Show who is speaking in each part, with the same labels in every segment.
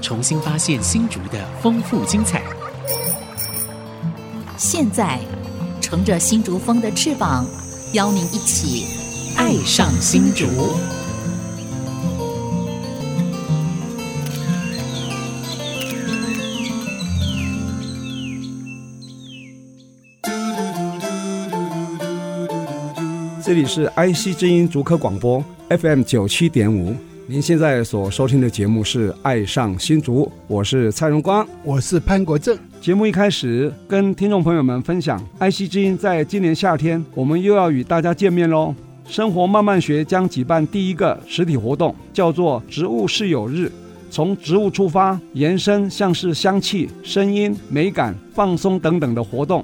Speaker 1: 重新发现新竹的丰富精彩。
Speaker 2: 现在，乘着新竹风的翅膀，邀您一起爱上新竹。
Speaker 3: 这里是 IC 之音竹科广播 FM 九七点五，您现在所收听的节目是《爱上新竹》，我是蔡荣光。
Speaker 4: 我是潘国正，
Speaker 3: 节目一开始跟听众朋友们分享，IC 之音在今年夏天，我们又要与大家见面喽。生活慢慢学将举办第一个实体活动，叫做“植物室友日”。从植物出发，延伸像是香气、声音、美感、放松等等的活动。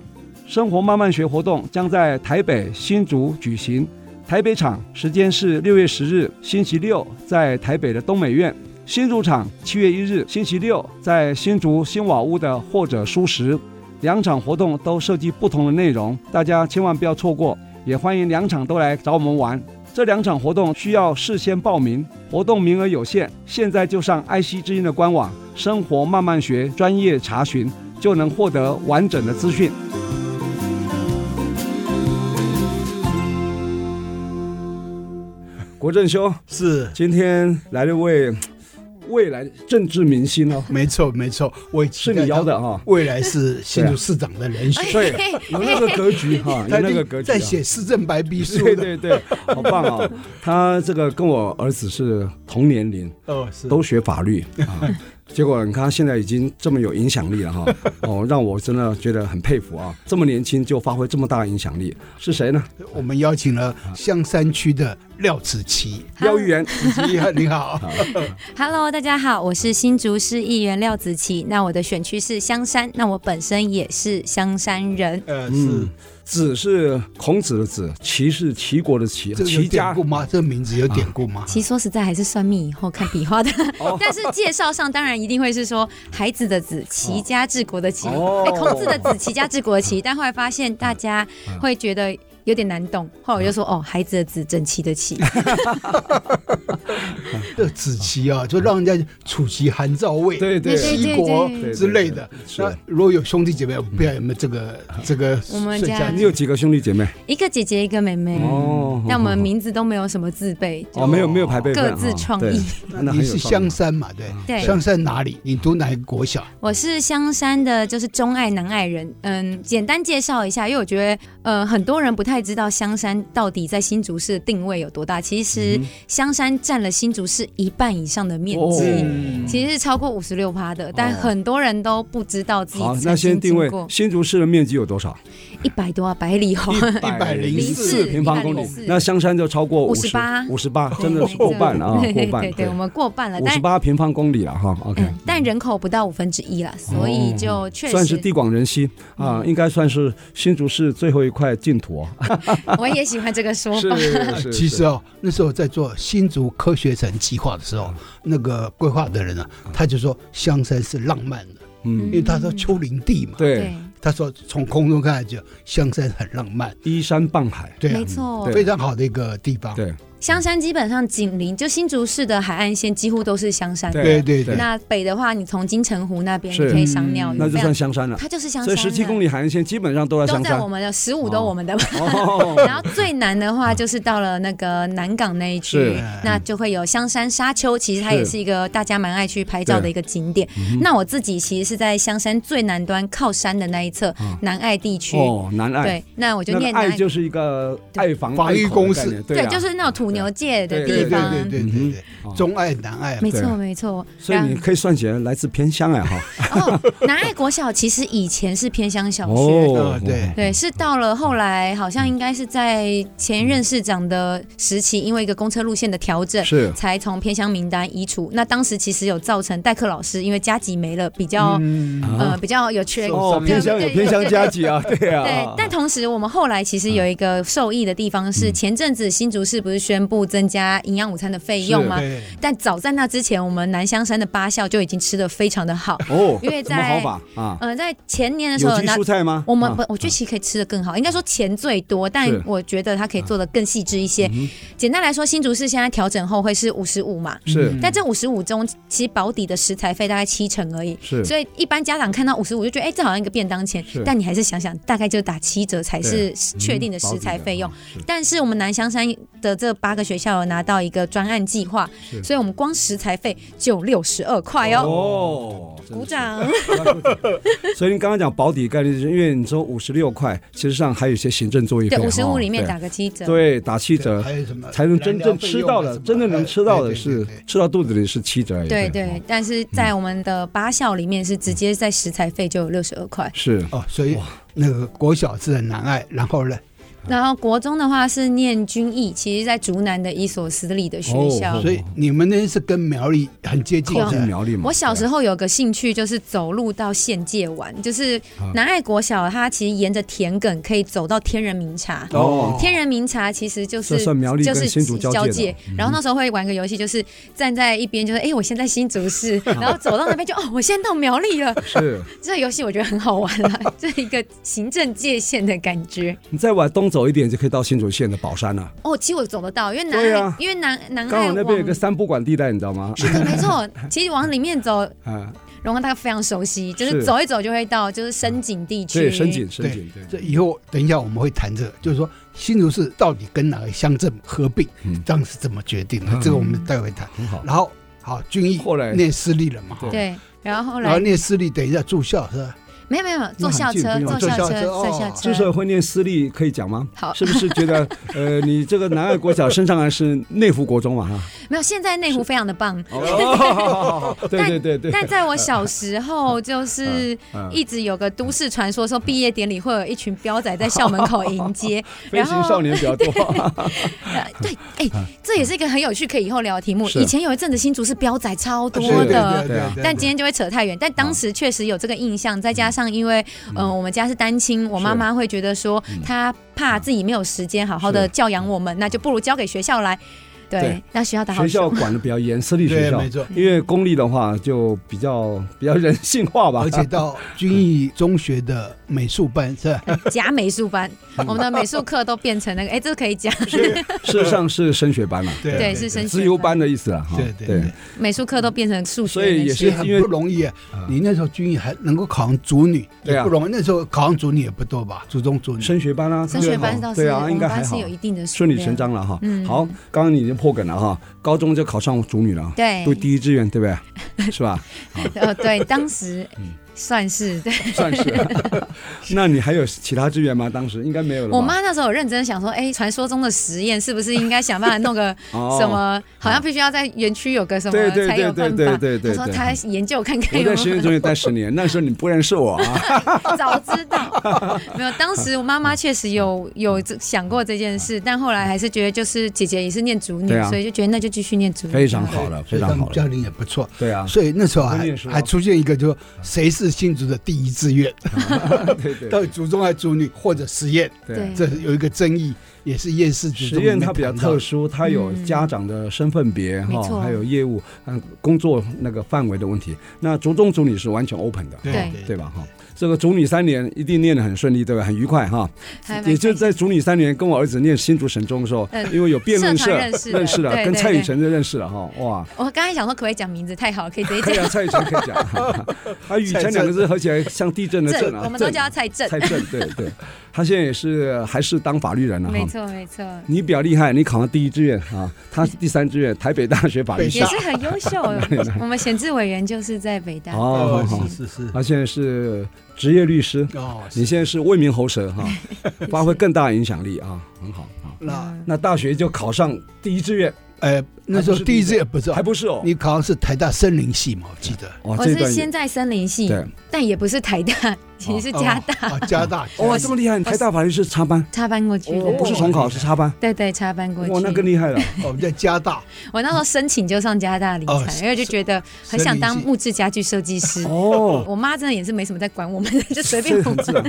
Speaker 3: 生活慢慢学活动将在台北、新竹举行，台北场时间是六月十日星期六，在台北的东美院；新竹场七月一日星期六，在新竹新瓦屋的或者书食。两场活动都设计不同的内容，大家千万不要错过，也欢迎两场都来找我们玩。这两场活动需要事先报名，活动名额有限，现在就上 IC 之音的官网“生活慢慢学”专业查询，就能获得完整的资讯。国政兄，
Speaker 4: 是
Speaker 3: 今天来了位未来政治明星哦，
Speaker 4: 没错没错，我
Speaker 3: 是你邀的啊哈、
Speaker 4: 未来是新竹市长的人选，
Speaker 3: 对，有那个格局 哈，有
Speaker 4: 他
Speaker 3: 那
Speaker 4: 已
Speaker 3: 个
Speaker 4: 经
Speaker 3: 格局、啊。
Speaker 4: 在写市政白皮书
Speaker 3: 对
Speaker 4: 了。
Speaker 3: 对对，好棒 哦！他这个跟我儿子是同年龄，
Speaker 4: 哦，是
Speaker 3: 都学法律 啊。结果你看他现在已经这么有影响力了哈，哦，让我真的觉得很佩服啊！这么年轻就发挥这么大的影响力，是谁呢？
Speaker 4: 我们邀请了
Speaker 3: 啊
Speaker 4: 香山区的廖子琪，
Speaker 3: 廖玉元，
Speaker 4: 子琪 你好，
Speaker 3: 啊
Speaker 5: Hello，大家好，我是新竹市议员廖子琪。那我的选区是香山，那我本身也是香山人。
Speaker 4: 呃，
Speaker 3: 嗯
Speaker 4: 是
Speaker 3: 子是孔子的子，齐是齐国的齐，
Speaker 4: 这个有
Speaker 3: 齐
Speaker 4: 典
Speaker 3: 家啊
Speaker 4: 故吗？这个名字有典故吗？
Speaker 5: 其实说实在，还是算命以后看笔画的
Speaker 3: 哦，
Speaker 5: 但是介绍上当然一定会是说孩子的子，齐家治国的齐，哎、
Speaker 3: 哦
Speaker 5: 孔子的子，齐家治国的齐。但后来发现大家
Speaker 3: 哦
Speaker 5: 会觉得有点难懂，后来我就说哦，孩子的子，整齐的齐。
Speaker 3: 哦
Speaker 4: 这个子琪啊，就让人家楚齐韩赵魏，
Speaker 3: 对对
Speaker 5: 对
Speaker 4: 齐
Speaker 5: 对
Speaker 4: 国
Speaker 5: 对
Speaker 3: 对嗯
Speaker 4: 之类的。
Speaker 3: 是
Speaker 4: 那如果有兄弟姐妹，不要有没有这个这个
Speaker 5: 嗯我们
Speaker 4: 顺
Speaker 5: 家
Speaker 4: 下
Speaker 3: 你有几个兄弟姐妹？
Speaker 5: 一个姐姐，一个妹妹，
Speaker 4: 嗯
Speaker 3: 哦，
Speaker 5: 那我们名字都没有什么字辈，
Speaker 3: 哦，没有没有排辈分，
Speaker 5: 各自创意
Speaker 3: 哦对那
Speaker 4: 那
Speaker 3: 很
Speaker 4: 你
Speaker 3: 有
Speaker 4: 是
Speaker 3: 创意嗯
Speaker 4: 香山嘛？对，
Speaker 5: 对
Speaker 4: 香山哪里？你读哪个国小？
Speaker 5: 我是香山的，就是中爱南爱人。嗯，简单介绍一下，因为我觉得，呃，很多人不太知道香山到底在新竹市的定位有多大。其
Speaker 3: 嗯
Speaker 5: 实，香山占了新竹市一半以上的面积，
Speaker 3: 哦
Speaker 5: 其实是超过五十六趴的，但很多人都不知道自己
Speaker 3: 好，那
Speaker 5: 曾
Speaker 3: 先
Speaker 5: 经
Speaker 3: 定
Speaker 5: 经
Speaker 3: 位
Speaker 5: 过
Speaker 3: 新竹市的面积有多少？
Speaker 5: 一百多啊，百里红。
Speaker 3: 104平方公里
Speaker 5: 104，
Speaker 3: 那香山就超过
Speaker 5: 58
Speaker 3: 五十八，真的是过半了 啊，
Speaker 5: 对
Speaker 3: 过
Speaker 5: 对
Speaker 3: 半
Speaker 5: 对，对，我们过半了，
Speaker 3: 五
Speaker 5: 但
Speaker 3: 十八平方公里了哈，OK，哦
Speaker 5: 嗯，但人口不到五分之一了，所以就确实嗯
Speaker 3: 算是地广人稀啊，应该算是新竹市最后一块净土哦，
Speaker 5: 我也喜欢这个说法。
Speaker 3: 是
Speaker 4: 其实哦，那时候在做新竹科学城计划的时
Speaker 3: 嗯
Speaker 4: 候，那个规划的人呢、啊他就说香山是浪漫的，
Speaker 3: 嗯，
Speaker 4: 因为他说丘陵地嘛，
Speaker 3: 对，，
Speaker 4: 他说从空中看来就香山很浪漫，
Speaker 3: 依山傍海，
Speaker 4: 对啊
Speaker 5: 没，错
Speaker 3: 对。
Speaker 4: 非常好的一个地方。
Speaker 3: 对
Speaker 5: 香山基本上紧邻，就新竹市的海岸线几乎都是香山。
Speaker 4: 对对对
Speaker 5: 那北的话，你从金城湖那边
Speaker 3: 是
Speaker 5: 你可以赏鸟，
Speaker 3: 那
Speaker 5: 有
Speaker 3: 就
Speaker 5: 非
Speaker 3: 算
Speaker 5: 常
Speaker 3: 香山了。
Speaker 5: 它就是香
Speaker 3: 所
Speaker 5: 山
Speaker 3: 以
Speaker 5: 了。
Speaker 3: 十七公里海岸线基本上都在
Speaker 5: 都
Speaker 3: 香
Speaker 5: 在
Speaker 3: 山
Speaker 5: 我，们的十五都我们的，
Speaker 3: 哦，
Speaker 5: 然后最难的话就是到了那个南港那一区
Speaker 3: 是，
Speaker 5: 那就会有香山沙丘，其实它也
Speaker 3: 是
Speaker 5: 是一个大家蛮爱去拍照的一个景点。那我自己其实是在香山最南端靠山的那一侧南爱地区，
Speaker 3: 哦，南爱，
Speaker 5: 对，那我就
Speaker 3: 那
Speaker 5: 念
Speaker 3: 个
Speaker 5: 南
Speaker 3: 爱
Speaker 5: 爱
Speaker 3: 就是一个爱防
Speaker 4: 防御
Speaker 3: 爱口的
Speaker 4: 工
Speaker 3: 概
Speaker 4: 事
Speaker 3: 念对
Speaker 5: 对，
Speaker 3: 啊
Speaker 5: 就是那种土虎牛界的
Speaker 4: 对
Speaker 5: 地
Speaker 4: 对
Speaker 5: 方。
Speaker 4: 对对
Speaker 6: 嗯
Speaker 4: 对
Speaker 6: 哼
Speaker 4: 对，
Speaker 6: 哦
Speaker 4: 中爱南爱啊，
Speaker 5: 没
Speaker 6: 对
Speaker 5: 错，没错。
Speaker 3: 所以你可以算起来来自偏乡哎哈。
Speaker 5: 然后哦，南爱国小其实以前是偏乡小学，
Speaker 3: 哦
Speaker 4: 啊对
Speaker 5: 对，是到了后来，好像应该是在前任市长的时期，因为一个公车路线的调整，
Speaker 3: 是
Speaker 5: 才从偏乡名单移除。那当时其实有造成代课老师因为加急没了，比较、
Speaker 4: 嗯
Speaker 5: 呃比较有缺。
Speaker 3: 哦，啊偏乡有偏乡嗯加急 啊，对
Speaker 5: 对
Speaker 3: 啊，，
Speaker 5: 但同时我们后来其实有一个受益的地方
Speaker 3: 嗯
Speaker 5: 是，前阵子新竹市不是宣布增加营养午餐的费用吗？
Speaker 4: 对，
Speaker 5: 但早在那之前，我们南香山的八校就已经吃的非常的好。
Speaker 3: 哦，
Speaker 5: 因为
Speaker 3: 什么好
Speaker 5: 在
Speaker 3: 法啊？
Speaker 5: 呃，在前年的时
Speaker 3: 有
Speaker 5: 候
Speaker 3: 机
Speaker 5: 拿
Speaker 3: 蔬菜吗？
Speaker 5: 我们
Speaker 3: 啊
Speaker 5: 不，我觉得其实可以吃的更好，应该说钱最多，但
Speaker 3: 是啊
Speaker 5: 我觉得它可以做的更细致一些。
Speaker 3: 嗯
Speaker 5: 简单来说，新竹市现在调整后会是五十五嘛，
Speaker 3: 是
Speaker 4: 嗯
Speaker 5: 但这五十五中其实保底的食材费大概七成而已。
Speaker 3: 是
Speaker 5: 所以一般家长看到五十五就觉得，哎、这好像一个便当钱
Speaker 3: 是，
Speaker 5: 但你还是想想，大概就打七折才是确定的食材费用。，
Speaker 3: 嗯
Speaker 5: 但是我们南香山的这八个学校有拿到一个专案计划
Speaker 3: 是，
Speaker 5: 所以我们光食材费就六十二块
Speaker 3: 保底的
Speaker 5: 哦，
Speaker 3: 哦，真
Speaker 5: 鼓
Speaker 3: 是。
Speaker 5: 掌。
Speaker 3: 所以你刚刚讲保底概念，就是因为你说五十六块，其实上还有一些行政作业费
Speaker 5: 对，
Speaker 3: 哈，
Speaker 5: 五十五里面
Speaker 3: 对
Speaker 5: 打个七折。
Speaker 3: 对打七
Speaker 4: 记
Speaker 3: 折，
Speaker 4: 还有什么
Speaker 3: 才能真正吃到
Speaker 4: 呃燃料费用啊
Speaker 3: 的，
Speaker 4: 什么
Speaker 3: 真正能吃到的
Speaker 4: 对
Speaker 3: 是
Speaker 4: 对对对
Speaker 3: 吃到肚子里是七折而已。
Speaker 5: 对
Speaker 3: 哦
Speaker 5: 对，但是在我们的八校里面是直接在食材费就有六十二块，
Speaker 3: 是
Speaker 4: 哦，所以那个国小是很难爱，然后呢，
Speaker 5: 然后国中的话是念军艺，其实在竹南的一所私立的学校。
Speaker 3: 哦
Speaker 4: 所以你们那是跟苗栗很接近
Speaker 5: 靠
Speaker 3: 近
Speaker 4: 的，
Speaker 3: 苗栗嘛。
Speaker 5: 我小时候有个兴趣，就是走路到县界玩，就是南爱国小，它其实沿着田埂可以走到天人茗茶。
Speaker 3: 哦
Speaker 5: 天人茗茶其实就是
Speaker 3: 这算苗栗
Speaker 5: 就
Speaker 3: 跟
Speaker 5: 是
Speaker 3: 新竹交界嗯的
Speaker 5: 界，然后那时候会玩个游戏，就是站在一边，就是哎、我现在新竹市， 然后走到那边就哦，我现在到苗栗了。
Speaker 3: 是
Speaker 5: 这游戏我觉得很好玩 啦，这一个行政界限的感觉。
Speaker 3: 你再往东走一点，就可以到新竹县的宝山了。
Speaker 5: 哦，其实我走得到，因为南
Speaker 3: 对
Speaker 5: 爱，
Speaker 3: 啊
Speaker 5: 因为南南
Speaker 3: 刚
Speaker 5: 爱
Speaker 3: 好那
Speaker 5: 往
Speaker 3: 边有个三不管地带，你知道吗？
Speaker 5: 是的，没错。其实往里面走，
Speaker 3: 啊，
Speaker 5: 荣光大概非常熟悉，就是是走一走就会到，就是深井地区。
Speaker 3: 对，深井，深井，
Speaker 4: 这
Speaker 3: 对，
Speaker 4: 以后等一下我们会谈这个，就是说新竹市到底跟哪个乡镇合并
Speaker 3: 嗯，
Speaker 4: 当时怎么决定的
Speaker 3: 嗯，
Speaker 4: 这个我们待会谈。
Speaker 3: 很好。
Speaker 4: 然后好，军艺
Speaker 3: 后来
Speaker 4: 念私立了嘛，
Speaker 3: 对
Speaker 5: 对，然后后
Speaker 4: 然后
Speaker 5: 来
Speaker 4: 念私立等一下住校是吧？
Speaker 5: 没有没有没有坐校
Speaker 3: 那
Speaker 5: 车，
Speaker 3: 很近
Speaker 5: 坐
Speaker 4: 对吧
Speaker 5: 校
Speaker 4: 坐校
Speaker 5: 车，
Speaker 4: 车
Speaker 5: 坐校
Speaker 4: 哦
Speaker 3: 之所以
Speaker 5: 车。
Speaker 3: 会念私立，可以讲吗？
Speaker 5: 好
Speaker 3: 是不是觉得呃，你这个南爱国小身上还是内湖国中嘛？哈，
Speaker 5: 没有，现在内湖非常的棒，
Speaker 3: 哦，对对对对，
Speaker 5: 但在我小时候就是。
Speaker 3: 嗯
Speaker 5: 一直有个都市传说，说毕业典礼会有一群彪仔在校门口迎接，
Speaker 3: 飞行少年比较 多，
Speaker 5: 呃，对，哎、这也是一个很有趣，可以以后聊的题目。
Speaker 3: 嗯是
Speaker 5: 以前有一阵子新竹是彪仔超多
Speaker 3: 是
Speaker 5: 的。
Speaker 3: 对啊
Speaker 5: 但今天就会扯太远，但当时确实有这个印象，再加上因为，嗯、我们家是单亲，我妈妈会觉得说，她怕自己没有时间好好
Speaker 3: 嗯
Speaker 5: 的
Speaker 3: 是
Speaker 5: 教养我们，那就不如交给学校来。对
Speaker 3: 对，
Speaker 5: 那学校打好
Speaker 3: 学校
Speaker 5: 手，
Speaker 3: 管的比较严，私立学
Speaker 4: 对，
Speaker 3: 校
Speaker 4: 没错。
Speaker 3: 因为公立的话就比较比较人性化吧，
Speaker 4: 而且到军艺中学的美术班是 吧？
Speaker 5: 假美术班，
Speaker 3: 嗯
Speaker 5: 我们的美术课都变成那个，哎、这可 以讲，
Speaker 3: 事实上是升学班嘛，
Speaker 4: 对
Speaker 5: 对，是升
Speaker 3: 自
Speaker 5: 学
Speaker 3: 由班的意思啊，哈
Speaker 4: 对对对，
Speaker 5: 美术课都变成数学
Speaker 3: 所以
Speaker 5: 那
Speaker 3: 也
Speaker 5: 些，
Speaker 4: 其实很
Speaker 3: 因为
Speaker 4: 不容易啊。你那时候军艺还能够考上主女，
Speaker 3: 对啊
Speaker 4: 也不容易。那时候考上主女也不多吧，祖宗主女。
Speaker 3: 升学班啊，
Speaker 5: 升学班
Speaker 3: 对啊
Speaker 5: 倒是
Speaker 3: 对
Speaker 5: 我
Speaker 3: 啊，
Speaker 5: 们
Speaker 3: 应该还
Speaker 5: 班是
Speaker 3: 好，
Speaker 5: 有一定的数
Speaker 3: 顺理
Speaker 5: 量
Speaker 3: 成。章了哈。
Speaker 5: 嗯
Speaker 3: 好，刚刚你已经破梗了哈，高中就考上主女了，
Speaker 5: 对，
Speaker 3: 读第一志愿对不对？是吧？
Speaker 5: 呃，对，当时
Speaker 3: 嗯
Speaker 5: 算是对。
Speaker 3: 算是。 那你还有其他志愿吗？当时应该没有了吧。
Speaker 5: 我妈那时候有认真想说，哎，传说中的实验是不是应该想办法弄个
Speaker 3: 哦
Speaker 5: 什？么？好像必须要在园区有个什么
Speaker 3: 对对
Speaker 5: 才有办法。
Speaker 3: 对对对对对
Speaker 5: 她
Speaker 3: 对
Speaker 5: 说她研究看看
Speaker 3: 我
Speaker 5: 有
Speaker 3: 在实
Speaker 5: 没
Speaker 3: 验中也待十年，那时候你不认识我 啊。
Speaker 5: 有， 早知道没有。当时我妈妈确实有有这想过这件事，但后来还是觉得就是姐姐也是念主女
Speaker 3: 对，啊
Speaker 5: 所以就觉得那就继续念主女。
Speaker 3: 非常好了，
Speaker 4: 所
Speaker 3: 非
Speaker 4: 以他
Speaker 3: 常
Speaker 4: 们
Speaker 3: 好
Speaker 4: 教
Speaker 3: 了。
Speaker 4: 练也不错。
Speaker 3: 对啊，
Speaker 4: 所以那时候
Speaker 3: 我
Speaker 4: 还
Speaker 3: 也是啊
Speaker 4: 还出现一个，就是谁是新竹的第一志愿，
Speaker 3: 对对
Speaker 4: 到底祖宗还是祖女或者实验，
Speaker 5: 对
Speaker 4: 这有一个争议，也是厌世祖宗
Speaker 3: 嗯实验它比较特殊，
Speaker 4: 殊，
Speaker 3: 它有家长的身份别
Speaker 5: 嗯没
Speaker 3: 哈、
Speaker 5: 错
Speaker 3: 还有业务嗯工作那个范围的问题。那族中族女是完全 open 的，
Speaker 4: 对
Speaker 5: 对
Speaker 3: 对吧？哈，这个族女三年一定念得很顺利，对吧？很愉快哈。
Speaker 5: 还蛮
Speaker 3: 也就在族女三年跟我儿子念新竹神中的时候，
Speaker 5: 嗯
Speaker 3: 因为有辩论社
Speaker 5: 社团认识的对对
Speaker 3: 跟蔡雨辰就认识了哈。哇，
Speaker 5: 我刚才想说可不可以讲名字，太好了，可以直
Speaker 3: 可
Speaker 5: 接
Speaker 3: 以
Speaker 5: 讲
Speaker 3: 啊，蔡雨辰可以讲， 他雨辰两个字合起来像地震的震
Speaker 5: 郑，
Speaker 3: 啊，
Speaker 5: 我们都
Speaker 3: 震
Speaker 5: 叫她蔡郑。
Speaker 3: 啊蔡正，对对，他现在也是还是当法律人了哈
Speaker 5: 没。错没错，
Speaker 3: 你比较厉害，你考上第一志愿啊，他是第三志愿，台北大学法律系
Speaker 5: 也。是很优秀。哦 我们选志委员就是在北大，
Speaker 3: 哦，好好
Speaker 4: 哦，是是是，
Speaker 3: 他现在是职业律师，
Speaker 4: 哦，
Speaker 3: 你现在是为民喉舌 哈，发挥更大影响力啊，很好啊。
Speaker 4: 那
Speaker 3: 那大学就考上第一志愿，
Speaker 4: 呃那时候第一次也不知道
Speaker 3: 还，不是哦？
Speaker 4: 你考上是台大森林系嘛？我记得。
Speaker 3: 哦，
Speaker 5: 我
Speaker 3: 这
Speaker 5: 是
Speaker 3: 段也
Speaker 5: 先在森林系，
Speaker 3: 对，哦
Speaker 5: 但也不是台大，其实是加大
Speaker 4: 大，啊 加大，
Speaker 3: 哇，这么厉害！你台大法律是插班，
Speaker 5: 插班过去的，
Speaker 3: 哦不是重考，是插班。
Speaker 5: 对对，插班过去。
Speaker 3: 哇，那更厉害 了！
Speaker 4: 哦我们在加大，
Speaker 5: 我那时候申请就上加大理
Speaker 4: 哦
Speaker 5: 财，因为就觉得很想当
Speaker 4: 森林系
Speaker 5: 木质家具设计师。
Speaker 3: 哦，
Speaker 5: 我妈真的也是没什么在管我们，就随便我
Speaker 3: 很
Speaker 5: 们，
Speaker 3: 自然。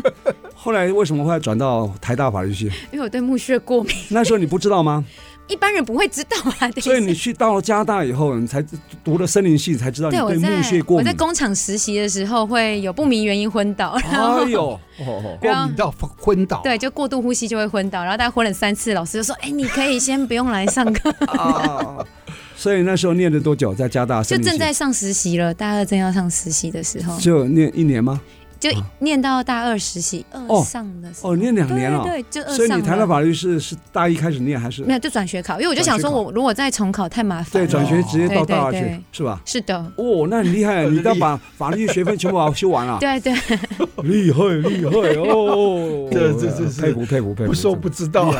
Speaker 3: 后来为什么会转到台大法律系？
Speaker 5: 因为我对木屑过敏，
Speaker 3: 那时候你不知道 吗？
Speaker 5: 一般人不会知道啊。对
Speaker 3: 所以你去到加拿大以后，你才读了森林系，你才知道你
Speaker 5: 对我
Speaker 3: 对
Speaker 5: 在
Speaker 3: 木屑过
Speaker 5: 我
Speaker 3: 敏
Speaker 5: 在。工厂实习的时候会有不明原因昏倒，然后
Speaker 3: 哎呦，哦
Speaker 4: 过敏到昏倒。
Speaker 5: 对，就过度呼吸就会昏倒，然后大概昏了三次，老师就说：“哎，你可以先不用来上课，
Speaker 3: 哦 啊！所以那时候念了多久？在加拿大
Speaker 5: 就
Speaker 3: 森林系
Speaker 5: 正在上实习了，大二正要上实习的时候，
Speaker 3: 就念一年吗？
Speaker 5: 就念到大二实习二上的时候，
Speaker 3: 嗯哦，念两年了。
Speaker 5: 对对，就二
Speaker 3: 所以
Speaker 5: 上
Speaker 3: 你台大
Speaker 5: 了。
Speaker 3: 法律是是大一开始念还是
Speaker 5: 没？有，就转学考，因为我就想说，
Speaker 3: 转学考
Speaker 5: 我如果再重考太麻烦
Speaker 3: 对，
Speaker 5: 了。
Speaker 3: 转学直接到大二
Speaker 5: 对对
Speaker 3: 去
Speaker 5: 对
Speaker 3: 是吧？
Speaker 5: 是的，
Speaker 3: 哦，那很厉害，
Speaker 4: 很
Speaker 3: 你
Speaker 4: 厉害
Speaker 3: 要把法律学分全部把它修完了，
Speaker 5: 对对，
Speaker 3: 哦厉害厉害哦！
Speaker 4: 这这这是
Speaker 3: 佩服佩服佩服！
Speaker 4: 不说不知道，啊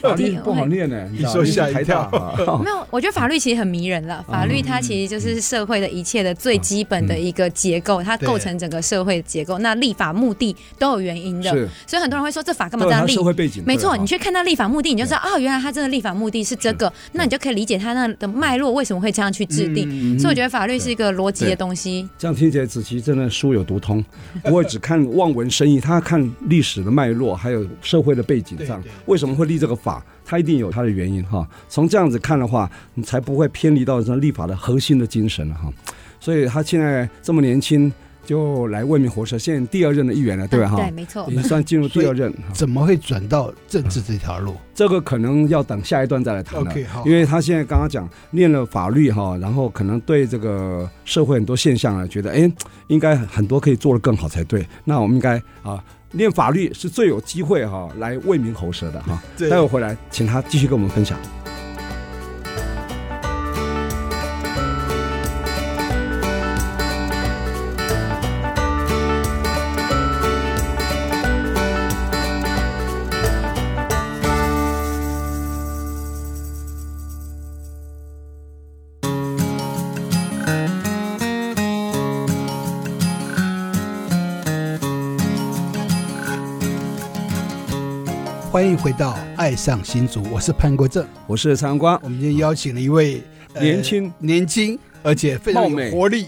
Speaker 3: 法律不好念呢，知道
Speaker 4: 你说吓
Speaker 3: 尤其是台
Speaker 4: 一跳
Speaker 3: 大啊
Speaker 5: 没有，我觉得法律其实很迷人
Speaker 3: 嗯
Speaker 5: 了。法律它其实就是社会的一切的最基本的一个结
Speaker 3: 嗯
Speaker 5: 构，它
Speaker 4: 对
Speaker 5: 构成整个社会的结构。那立法目的都有原因的，
Speaker 3: 是
Speaker 5: 所以很多人会说这法干嘛
Speaker 3: 都
Speaker 5: 这
Speaker 3: 有
Speaker 5: 样
Speaker 3: 它
Speaker 5: 立
Speaker 3: 社？会背景，
Speaker 5: 没错，
Speaker 3: 对啊
Speaker 5: 你去看到立法目的，你就知道啊，原来它这个立法目的是这个，那你就可以理解它那的脉络为什么会这样去制定。
Speaker 3: 嗯嗯嗯
Speaker 5: 所以我觉得法律是一个逻辑
Speaker 3: 对
Speaker 5: 的东西。
Speaker 3: 这样听起来，子琪真的书有读 通，不会只看望文生义，他要看历史的脉络，还有社会的背景上
Speaker 4: 对对，
Speaker 3: 为什么会立这个法，他一定有他的原因哈。从这样子看的话，你才不会偏离到这立法的核心的精神了哈。所以他现在这么年轻，就来为民活着，现在第二任的议员了，对吧
Speaker 5: 嗯
Speaker 3: 哈
Speaker 5: 对，？没错。
Speaker 3: 也算进入第二任，哈
Speaker 4: 怎么会转到政治这条路？
Speaker 3: 这个可能要等下一段再来谈了。
Speaker 4: OK，好
Speaker 3: 因为他现在刚刚讲念了法律哈，然后可能对这个社会很多现象呢，觉得哎，应该很多可以做得更好才对。那我们应该啊，念法律是最有机会哈，来为民喉舌的哈。
Speaker 4: 对
Speaker 3: 待会儿回来，请他继续跟我们分享。
Speaker 4: 欢迎回到《爱上新竹》，我是潘国正。
Speaker 3: 我是蔡阳光，
Speaker 4: 我们今天邀请了一位、呃
Speaker 3: 年轻、
Speaker 4: 年轻，而且非常
Speaker 3: 貌美
Speaker 4: 有活力、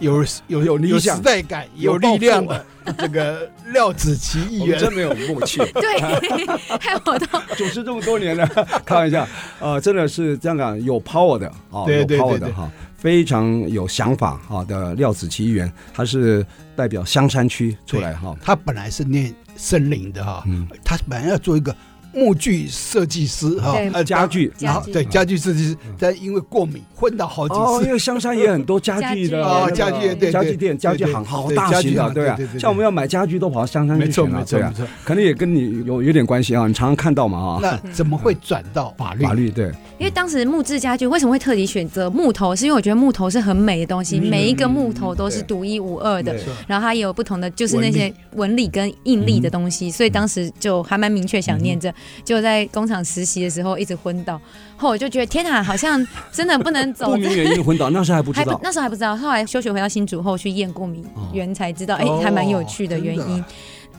Speaker 4: 有有
Speaker 3: 有理
Speaker 4: 有
Speaker 3: 想
Speaker 4: 时代感、有力量的 这个廖子琪议
Speaker 3: 我们
Speaker 4: 员。
Speaker 3: 真没有默契。
Speaker 5: 对， 害我都
Speaker 3: 主持这么多年了， 开玩笑，呃，真的是这样讲，有 power 的啊，
Speaker 4: 对对
Speaker 3: 有 power
Speaker 4: 对
Speaker 3: 的
Speaker 4: 对
Speaker 3: 哈、非常有想法哈、的廖子琪议员，他是代表香山区出来哈、
Speaker 4: 他本来是念森林的哈，
Speaker 3: 嗯，
Speaker 4: 他本来要做一个木具设计师哈
Speaker 5: 对，
Speaker 4: 呃
Speaker 3: 家。具。
Speaker 4: 然后
Speaker 5: 家具
Speaker 4: 对家具设计师
Speaker 3: 嗯，
Speaker 4: 但因为过敏昏倒好
Speaker 3: 哦，
Speaker 4: 几
Speaker 3: 因
Speaker 4: 次。
Speaker 3: 为香山也很多家具的
Speaker 4: 哦
Speaker 3: 那个
Speaker 4: 家具对对
Speaker 3: 家具店、
Speaker 4: 对
Speaker 3: 家具
Speaker 4: 对
Speaker 3: 行，好
Speaker 4: 对
Speaker 3: 大型
Speaker 4: 家具
Speaker 3: 的，
Speaker 4: 行
Speaker 3: 对啊
Speaker 4: 对对。对
Speaker 3: 像我们要买家具都跑到香山去
Speaker 4: 没错
Speaker 3: 选了
Speaker 4: 没错
Speaker 3: 对
Speaker 4: 没
Speaker 3: 啊，
Speaker 4: 错。
Speaker 3: 可能也跟你有有点关系啊，你常常看到嘛啊，
Speaker 4: 那怎么会转到法律？
Speaker 3: 法律对，
Speaker 5: 因为当时木质家具为什么会特地选择木头，是因为我觉得木头是很美的东西，
Speaker 3: 嗯
Speaker 5: 每一个木头都是独一无二的
Speaker 3: 对。
Speaker 5: 然后它也有不同的，就是那些纹理跟应力的
Speaker 3: 嗯
Speaker 5: 东西，所以当时就还蛮明确想念着。就在工厂实习的时候一直昏倒，后我就觉得天哪，好像真的不能走
Speaker 3: 不。明原因昏倒，那时候还不知
Speaker 5: 还不
Speaker 3: 道，
Speaker 5: 那时候还不知道，后来休学回到新竹后去验过敏
Speaker 3: 哦啊
Speaker 5: 原才知道，哎、
Speaker 4: 哦
Speaker 5: 还蛮有趣的原
Speaker 4: 真
Speaker 5: 因
Speaker 4: 的。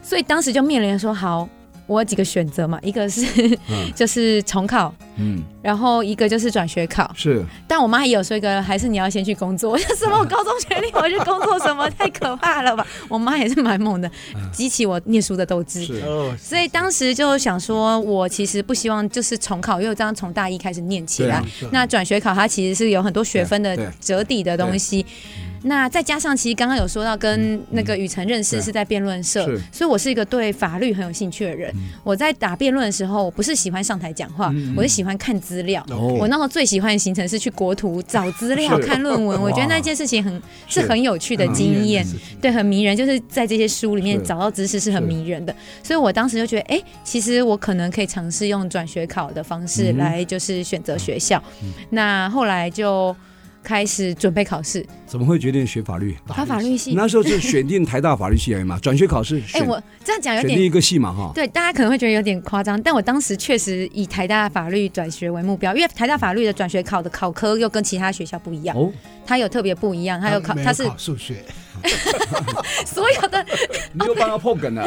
Speaker 5: 所以当时就面临说，好，我有几个选择嘛，一个是
Speaker 3: 嗯
Speaker 5: 就是重考，
Speaker 3: 嗯，
Speaker 5: 然后一个就是转学考。
Speaker 3: 是
Speaker 5: 但我妈也有说一个，还是你要先去工作。我 说什么？我高中学历，我去工作什么？太可怕了吧！ 我妈也是蛮猛的，激起我念书的斗志。
Speaker 3: 嗯是，
Speaker 4: 哦，
Speaker 5: 所以当时就想说，我其实不希望就是重考，因为我这样从大一开始念起来。
Speaker 3: 对啊
Speaker 5: 那转学考它其实是有很多学分的
Speaker 3: 对对
Speaker 5: 折抵的东西。那再加上，其实刚刚有说到跟那个雨辰认识
Speaker 3: 对
Speaker 5: 是在辩论
Speaker 3: 嗯
Speaker 5: 社
Speaker 3: 是，嗯
Speaker 5: 所以我是一个对法律很有兴趣的人。我在打辩论的时候，我不是喜欢上台讲话，我是喜欢看资资料。
Speaker 3: 哦
Speaker 5: 我那时候最喜欢的行程是去国图找资料、
Speaker 3: 是嗯
Speaker 5: 看论 文，我觉得那件事情很是很有趣的经
Speaker 4: 嗯
Speaker 5: 验，对，很迷人，就是在这些书里面
Speaker 3: 是
Speaker 5: 找到知识是很
Speaker 3: 是
Speaker 5: 迷人的。所以我当时就觉得，哎、其实我可能可以尝试用转学考的方式
Speaker 3: 嗯哼嗯
Speaker 5: 来就是选择学校。那后来就开始准备考试，
Speaker 3: 怎么会决定学法律？
Speaker 5: 考法律系。
Speaker 3: 那时候是选定台大法律系而已 嘛，转学考试
Speaker 5: 哎、
Speaker 3: 选
Speaker 5: 我这样讲有
Speaker 3: 选定一
Speaker 5: 点。
Speaker 3: 个系嘛哈。
Speaker 5: 对，大家可能会觉得有点夸张，但我当时确实以台大法律转学为目标，因为台大法律的转学考的考科又跟其他学校不一样，
Speaker 3: 哦，
Speaker 5: 它有特别不一样，它有考，
Speaker 4: 没有
Speaker 5: 它是
Speaker 4: 考数学，
Speaker 5: 所有的
Speaker 3: 你又帮他破梗了，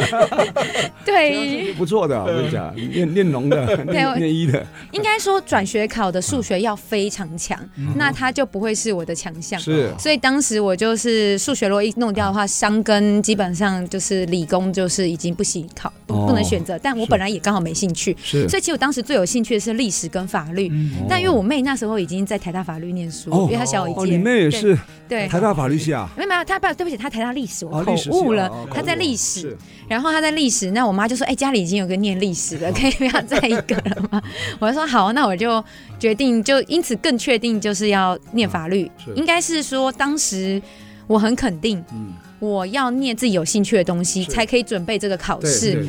Speaker 5: 对，
Speaker 3: 不错的，我跟你讲，念念农的，
Speaker 5: 我
Speaker 3: 念念医的，
Speaker 5: 应该说转学考的数学要非常强，那它就不会是我的强项。
Speaker 3: 嗯是
Speaker 5: 所以当时我就是数学，如果一弄掉的话，商跟基本上就是理工就是已经不行考，不不能
Speaker 3: 哦
Speaker 5: 选择。但我
Speaker 3: 是
Speaker 5: 本来也刚好没兴趣，
Speaker 3: 是
Speaker 5: 所以其实我当时最有兴趣的是历史跟法律。
Speaker 3: 哦
Speaker 5: 但因为我妹那时候已经在台大法律念书，
Speaker 3: 哦
Speaker 5: 因为她小我一届，
Speaker 3: 哦，你妹也是
Speaker 5: 对。
Speaker 3: 台
Speaker 5: 对
Speaker 3: 大法律系啊？
Speaker 5: 没有没有，她不，对不起，她台大历史，我
Speaker 3: 哦
Speaker 5: 口
Speaker 3: 历史系
Speaker 5: 误了
Speaker 3: 哦哦，
Speaker 5: 她在
Speaker 3: 口误
Speaker 5: 历史
Speaker 3: 是，
Speaker 5: 然后他在历史，那我妈就说：“哎、家里已经有个念历史 的，可以不要再一个了吗？”我就说：“好，那我就决定，就因此更确定就是要念法律。
Speaker 3: 是
Speaker 5: 应该是说当时我很肯定
Speaker 3: 嗯，
Speaker 5: 我要念自己有兴趣的东西，
Speaker 3: 是
Speaker 5: 才可以准备这个考
Speaker 3: 对对
Speaker 5: 试。
Speaker 3: 对，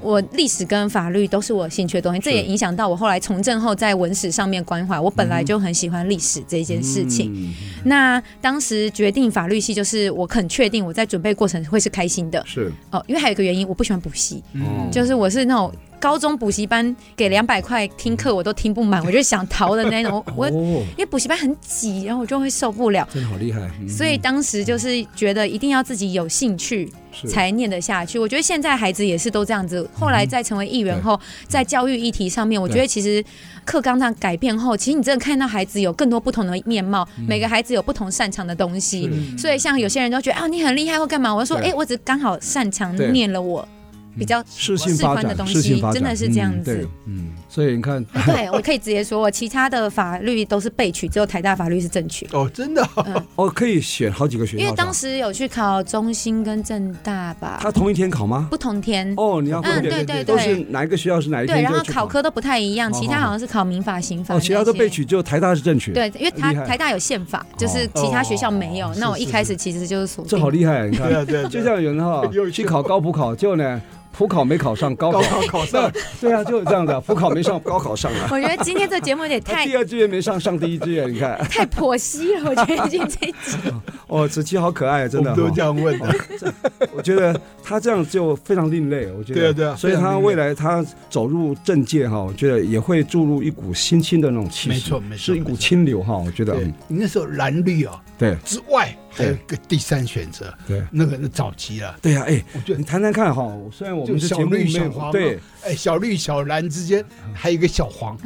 Speaker 5: 我历史跟法律都是我有兴趣的东西，这也影响到我后来从政后在文史上面关怀。我本来就很喜欢历史这件事情。
Speaker 3: 嗯
Speaker 5: 那当时决定法律系，就是我很确定我在准备过程会是开心的
Speaker 3: 是
Speaker 5: 哦，因为还有一个原因，我不喜欢补习。
Speaker 3: 哦
Speaker 5: 就是我是那种高中补习班给两百块听课我都听 不满，我就想逃的那种。我因
Speaker 3: 哦，
Speaker 5: 为补习班很挤，然后我就会受不了，
Speaker 3: 真的好厉害，嗯
Speaker 5: 所以当时就是觉得一定要自己有兴趣
Speaker 3: 是
Speaker 5: 才念得下去。我觉得现在孩子也是都这样子。后来在成为议员
Speaker 3: 嗯对
Speaker 5: 后，在教育议题上面，我
Speaker 3: 对
Speaker 5: 觉得其实课纲上改变后，其实你真的看到孩子有更多不同的面貌，
Speaker 3: 嗯
Speaker 5: 每个孩子有不同擅长的东西。
Speaker 3: 是
Speaker 5: 嗯所以像有些人都觉得啊你很厉害或干嘛，我就说哎、
Speaker 3: 对
Speaker 5: 我只刚好擅长
Speaker 3: 对
Speaker 5: 念了我比较
Speaker 3: 适性
Speaker 5: 性发
Speaker 3: 发
Speaker 5: 展
Speaker 3: 展，
Speaker 5: 适性发展真的是这样
Speaker 3: 嗯
Speaker 5: 子
Speaker 3: 对嗯，所以你看，
Speaker 5: 对，我可以直接说，我其他的法律都是被取，只有台大法律是正取。
Speaker 4: 哦，真的哦，
Speaker 3: 哦，可以选好几个学校，
Speaker 5: 因为当
Speaker 3: 时
Speaker 5: 时有去考中心跟正大吧，
Speaker 3: 他同一天考吗？
Speaker 5: 不同天，
Speaker 3: 哦，你要分
Speaker 5: 嗯，
Speaker 3: 别
Speaker 5: 对对
Speaker 3: 都是哪一个学校是哪一
Speaker 5: 对，
Speaker 3: 天
Speaker 5: 然
Speaker 3: 就
Speaker 5: 后
Speaker 3: 会去
Speaker 5: 考科都不太一样，
Speaker 3: 哦
Speaker 5: 其他好像是考民法、刑法
Speaker 3: 哦，
Speaker 5: 那些，
Speaker 3: 其他都被取，就台大是正取，，
Speaker 5: 对，因为台
Speaker 3: 厉害哦
Speaker 5: 台大有宪法，就是其他学校没有
Speaker 4: 哦。
Speaker 5: 那我
Speaker 4: 是
Speaker 5: 一
Speaker 4: 是
Speaker 5: 开始其实就是锁
Speaker 3: 这好
Speaker 5: 定，
Speaker 3: 厉害，你
Speaker 4: 对
Speaker 3: 看，
Speaker 4: 啊对啊，
Speaker 3: 就像有人 哈
Speaker 4: 优秀
Speaker 3: 去考高普考，结果呢，普考没考上，高
Speaker 4: 高
Speaker 3: 考
Speaker 4: 考考上，
Speaker 3: 对啊，就是这样的，普考没 上，高考上了，
Speaker 5: 我觉得今天这节目 有点
Speaker 3: 他
Speaker 5: 太
Speaker 3: 第二志愿没上，上第一志愿，你看，
Speaker 5: 太婆媳了，我觉得今天这一集
Speaker 3: 哦，子琪好可爱，真的哦
Speaker 4: 我们都
Speaker 3: 哈
Speaker 4: 这样问的，
Speaker 3: 我觉得他这样就非常另类，我觉得。
Speaker 4: 对啊对啊
Speaker 3: 所以
Speaker 4: 非常
Speaker 3: 他
Speaker 4: 另类
Speaker 3: 未来他走入政界哈，我觉得也会注入一股新兴的那种气息，
Speaker 4: 没错没错
Speaker 3: 是一股清流哈，我觉得。
Speaker 4: 对
Speaker 3: 嗯，
Speaker 4: 你那时候蓝绿哦
Speaker 3: 对
Speaker 4: 之外，还有一个第三选择，
Speaker 3: 对
Speaker 4: 那个那早期了，
Speaker 3: 对呀，哎，
Speaker 4: 我觉
Speaker 3: 你
Speaker 4: 得
Speaker 3: 谈谈看哈，虽然我
Speaker 4: 就
Speaker 3: 们这
Speaker 4: 小
Speaker 3: 节目没
Speaker 4: 绿小黄
Speaker 3: 有
Speaker 4: 嘛
Speaker 3: 对，
Speaker 4: 哎，小绿小蓝之间还有一个小黄，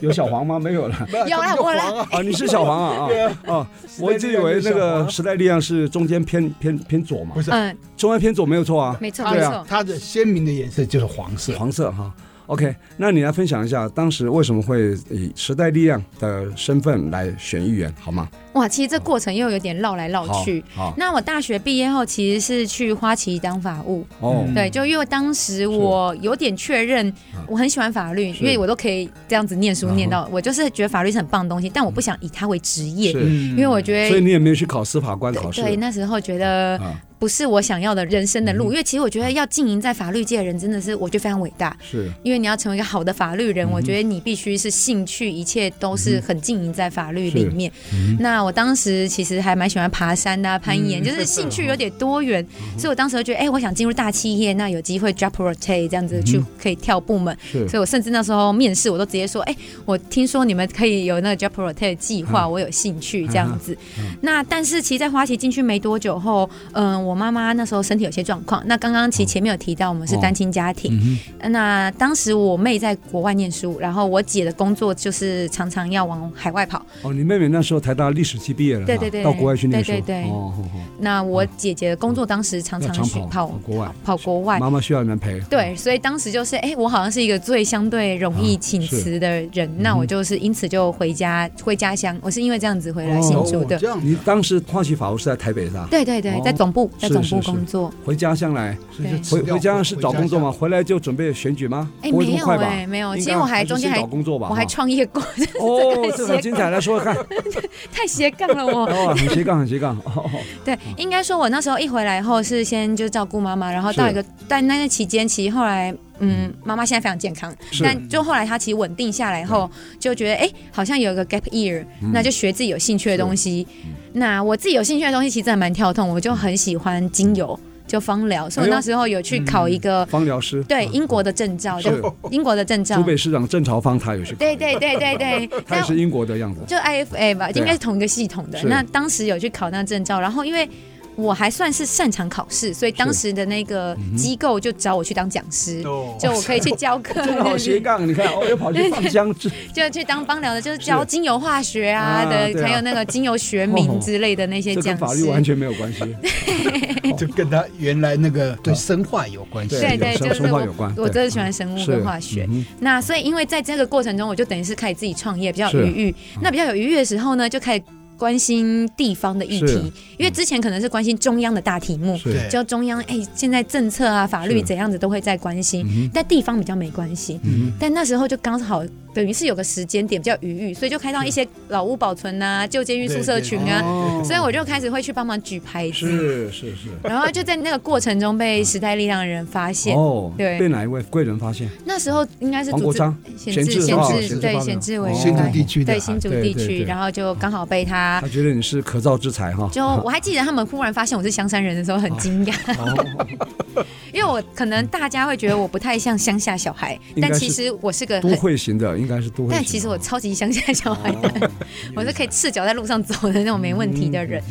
Speaker 3: 有小黄吗？没有 了。
Speaker 4: 没有
Speaker 5: 有啦
Speaker 4: 就
Speaker 5: 我啦
Speaker 4: 黄啊，
Speaker 3: 啊，你是小黄啊
Speaker 4: 对
Speaker 3: 啊
Speaker 4: 啊
Speaker 3: 啊！我一直以为那个时代力量是中间偏偏偏左嘛
Speaker 4: 不，是
Speaker 5: 嗯，
Speaker 3: 中间偏左没有错啊，
Speaker 5: 没错没
Speaker 3: 对啊
Speaker 5: 错。
Speaker 4: 它的鲜明的颜色就是黄色，
Speaker 3: 黄色哈。OK，那你来分享一下当时为什么会以时代力量的身份来选议员，好吗？
Speaker 5: 哇，其实这过程又有点绕来绕
Speaker 3: 好
Speaker 5: 去。，
Speaker 3: 好
Speaker 5: 那我大学毕业后其实是去花旗当法务，
Speaker 3: 哦，
Speaker 5: 对，就因为当时我有点确认
Speaker 3: 啊，
Speaker 5: 我很喜欢法律，
Speaker 3: 是
Speaker 5: 因为我都可以这样子念书
Speaker 3: 啊哈
Speaker 5: 念到，我就是觉得法律是很棒的东西，但我不想以它为职业，
Speaker 3: 是，
Speaker 5: 因为我觉
Speaker 3: 所以
Speaker 5: 得。
Speaker 3: 你也没有去考司法官考试。
Speaker 5: 嗯对，那时候觉得
Speaker 3: 啊，嗯
Speaker 5: 不是我想要的人生的路，因为其实我觉得要经营在法律界的人真的是，我觉得非常伟大。
Speaker 3: 是
Speaker 5: 因为你要成为一个好的法律人，我觉得你必须是兴趣，一切都是很经营在法律里面。那我当时其实还蛮喜欢爬山的、啊、攀岩，就是兴趣有点多元，所以我当时就觉得，哎、我想进入大企业，那有机会 j o b rotate 这样子去可以跳部门。
Speaker 3: 是
Speaker 5: 所以我甚至那时候面试，我都直接说，哎、我听说你们可以有那个 j o b rotate 计划，我有兴趣这样子。那但是其实，在花旗进去没多久后，嗯、我妈妈那时候身体有些状况。那刚刚其实前面有提到，我们是单亲家
Speaker 3: 嗯
Speaker 5: 庭。那当时我妹在国外念书，然后我姐的工作就是常常要往海外跑。
Speaker 3: 哦，你妹妹那时候台大历史系毕业了，
Speaker 5: 对
Speaker 3: 是吧
Speaker 5: 对对
Speaker 3: 到国外去念书，
Speaker 5: 对对对
Speaker 3: 哦，哦哦
Speaker 5: 那我姐姐的工作当时常
Speaker 3: 要
Speaker 5: 常
Speaker 3: 长
Speaker 5: 去
Speaker 3: 跑
Speaker 5: 跑
Speaker 3: 国外，
Speaker 5: 跑国外。
Speaker 3: 妈妈需要人陪，
Speaker 5: 对，所以当时就是，哎、我好像是一个最相对容易
Speaker 3: 啊
Speaker 5: 请
Speaker 3: 是嗯
Speaker 5: 辞的人，那我就是因此就回家回家乡，我是因为这样子回来
Speaker 3: 哦
Speaker 5: 新竹的。
Speaker 4: 这样
Speaker 3: 你当时花旗法务是在台北是吧？
Speaker 5: 对对对
Speaker 3: 哦，
Speaker 5: 在总部，在
Speaker 3: 是
Speaker 5: 总
Speaker 3: 是
Speaker 5: 部
Speaker 3: 是
Speaker 5: 工作。
Speaker 3: 回家乡来，
Speaker 4: 所以就
Speaker 5: 对
Speaker 4: 辞
Speaker 3: 回
Speaker 4: 掉
Speaker 3: 回家乡是找工作吗？？回来就准备选举吗？
Speaker 5: 哎，
Speaker 3: 不会这
Speaker 5: 没
Speaker 3: 么
Speaker 5: 有
Speaker 3: 快吧？
Speaker 5: 哎，没有。
Speaker 3: 应
Speaker 5: 其
Speaker 3: 该
Speaker 5: 实我还
Speaker 3: 是
Speaker 5: 中间
Speaker 3: 去
Speaker 5: 还
Speaker 3: 找工作吧，
Speaker 5: 我还
Speaker 3: 哈
Speaker 5: 创业过，
Speaker 3: 哦，
Speaker 5: 这
Speaker 3: 这
Speaker 5: 个很
Speaker 3: 很
Speaker 5: 斜
Speaker 3: 精 彩，来说说看，
Speaker 5: 太斜杠了我。
Speaker 3: 哦，很斜杠，很斜 杠，哦，
Speaker 5: 对，应该说，我那时候一回来后是先就照顾妈妈，然后到
Speaker 3: 是
Speaker 5: 一个，但那个期间其实后来，嗯，妈妈现在非常健康，
Speaker 3: 是
Speaker 5: 但就后来她其实稳定下来后，就觉得哎，好像有一个 gap year，、
Speaker 3: 嗯
Speaker 5: 那就学自己有兴趣的东西。那我自己有兴趣的东西其实真的蛮跳痛，我就很喜欢精油，就芳疗，所
Speaker 3: 哎
Speaker 5: 以我
Speaker 3: 呦
Speaker 5: 那时候有去考一个、
Speaker 3: 方哦疗师，
Speaker 5: 对英国的证照，
Speaker 3: 是
Speaker 5: 就英国的证照
Speaker 3: 湖，北市长郑朝芳他也是，
Speaker 5: 对对对对对，
Speaker 3: 他也是英国的样子，
Speaker 5: 就 IFA
Speaker 3: 对啊
Speaker 5: 吧，应该是同一个系统的。
Speaker 3: 是
Speaker 5: 那当时有去考那证照，然后因为我还算是擅长考试，所以当时的那
Speaker 3: 嗯
Speaker 5: 个机构就找我去当讲师，
Speaker 4: 哦
Speaker 5: 就我可以去教课，
Speaker 3: 真的好斜杠，你看，哦，又跑去放香之，
Speaker 5: 就去当帮疗的，就是教
Speaker 3: 是
Speaker 5: 精油化学啊
Speaker 3: 啊
Speaker 5: 的，
Speaker 3: 对啊
Speaker 5: 还有那个精油学名之类的那些
Speaker 3: 这
Speaker 5: 讲
Speaker 3: 跟法律
Speaker 5: 师。
Speaker 3: 完全没有 关系，
Speaker 4: 就跟他原来那 个对生化有关系。
Speaker 5: 对
Speaker 3: 有
Speaker 5: 对，
Speaker 3: 生
Speaker 5: 就是
Speaker 3: 生化
Speaker 5: 我
Speaker 3: 有关，
Speaker 5: 我
Speaker 3: 对
Speaker 5: 真的喜欢生物
Speaker 3: 是
Speaker 5: 跟化学。
Speaker 3: 嗯
Speaker 5: 那所以因为在这个过程中，我就等于是开始自己创业，比较有
Speaker 3: 是
Speaker 5: 余裕。那比较有余裕的时候呢，就开始关心地方的议
Speaker 3: 是
Speaker 5: 题，因为之前可能是关心中央的大题目
Speaker 3: 哼，，是，
Speaker 5: 就中央哎、现在政策啊、法律
Speaker 3: 是
Speaker 5: 怎样子都会在关心，
Speaker 3: 嗯
Speaker 5: 但地方比较没关心。
Speaker 3: 嗯
Speaker 5: 但那时候就刚好等于是有个时间点比较余裕，所以就开到一些老屋保存啊、旧监狱宿舍群啊，
Speaker 3: 嗯哦
Speaker 5: 所以我就开始会去帮忙举牌
Speaker 3: 哼，
Speaker 5: 子，
Speaker 3: 是是是，
Speaker 5: 然后就在那个过程中被时代力量的人发现。
Speaker 3: 哦，
Speaker 5: 对
Speaker 3: 被哪一位贵人发现？
Speaker 5: 那时候应该是
Speaker 3: 黄
Speaker 5: 组
Speaker 3: 国
Speaker 5: 织哎
Speaker 3: 昌，
Speaker 5: 显
Speaker 3: 志
Speaker 5: 志
Speaker 3: 哦
Speaker 5: 显
Speaker 3: 贤
Speaker 5: 志
Speaker 3: 治
Speaker 5: 对
Speaker 3: 方面
Speaker 5: 显志委
Speaker 3: 哦
Speaker 4: 新
Speaker 5: 员
Speaker 4: 竹
Speaker 5: 发
Speaker 4: 地区的
Speaker 5: 对，新竹
Speaker 3: 对
Speaker 5: 地
Speaker 3: 对
Speaker 5: 区，
Speaker 3: 对
Speaker 5: 然后就刚好被他
Speaker 3: 他觉得你是可造之才哈，
Speaker 5: 啊就 我还记得他们忽然发现我是香山人的时候很惊讶，
Speaker 3: 哦
Speaker 5: 因为我可能大家会觉得我不太像乡下小孩，
Speaker 3: 嗯应该
Speaker 5: 但
Speaker 3: 是
Speaker 5: 其实我是个
Speaker 3: 都
Speaker 5: 很，
Speaker 3: 会哦型的，应该是都会型的。
Speaker 5: 但其实我超级乡下小孩的，我是可以赤脚在路上走的那种没问题的
Speaker 3: 嗯
Speaker 5: 人。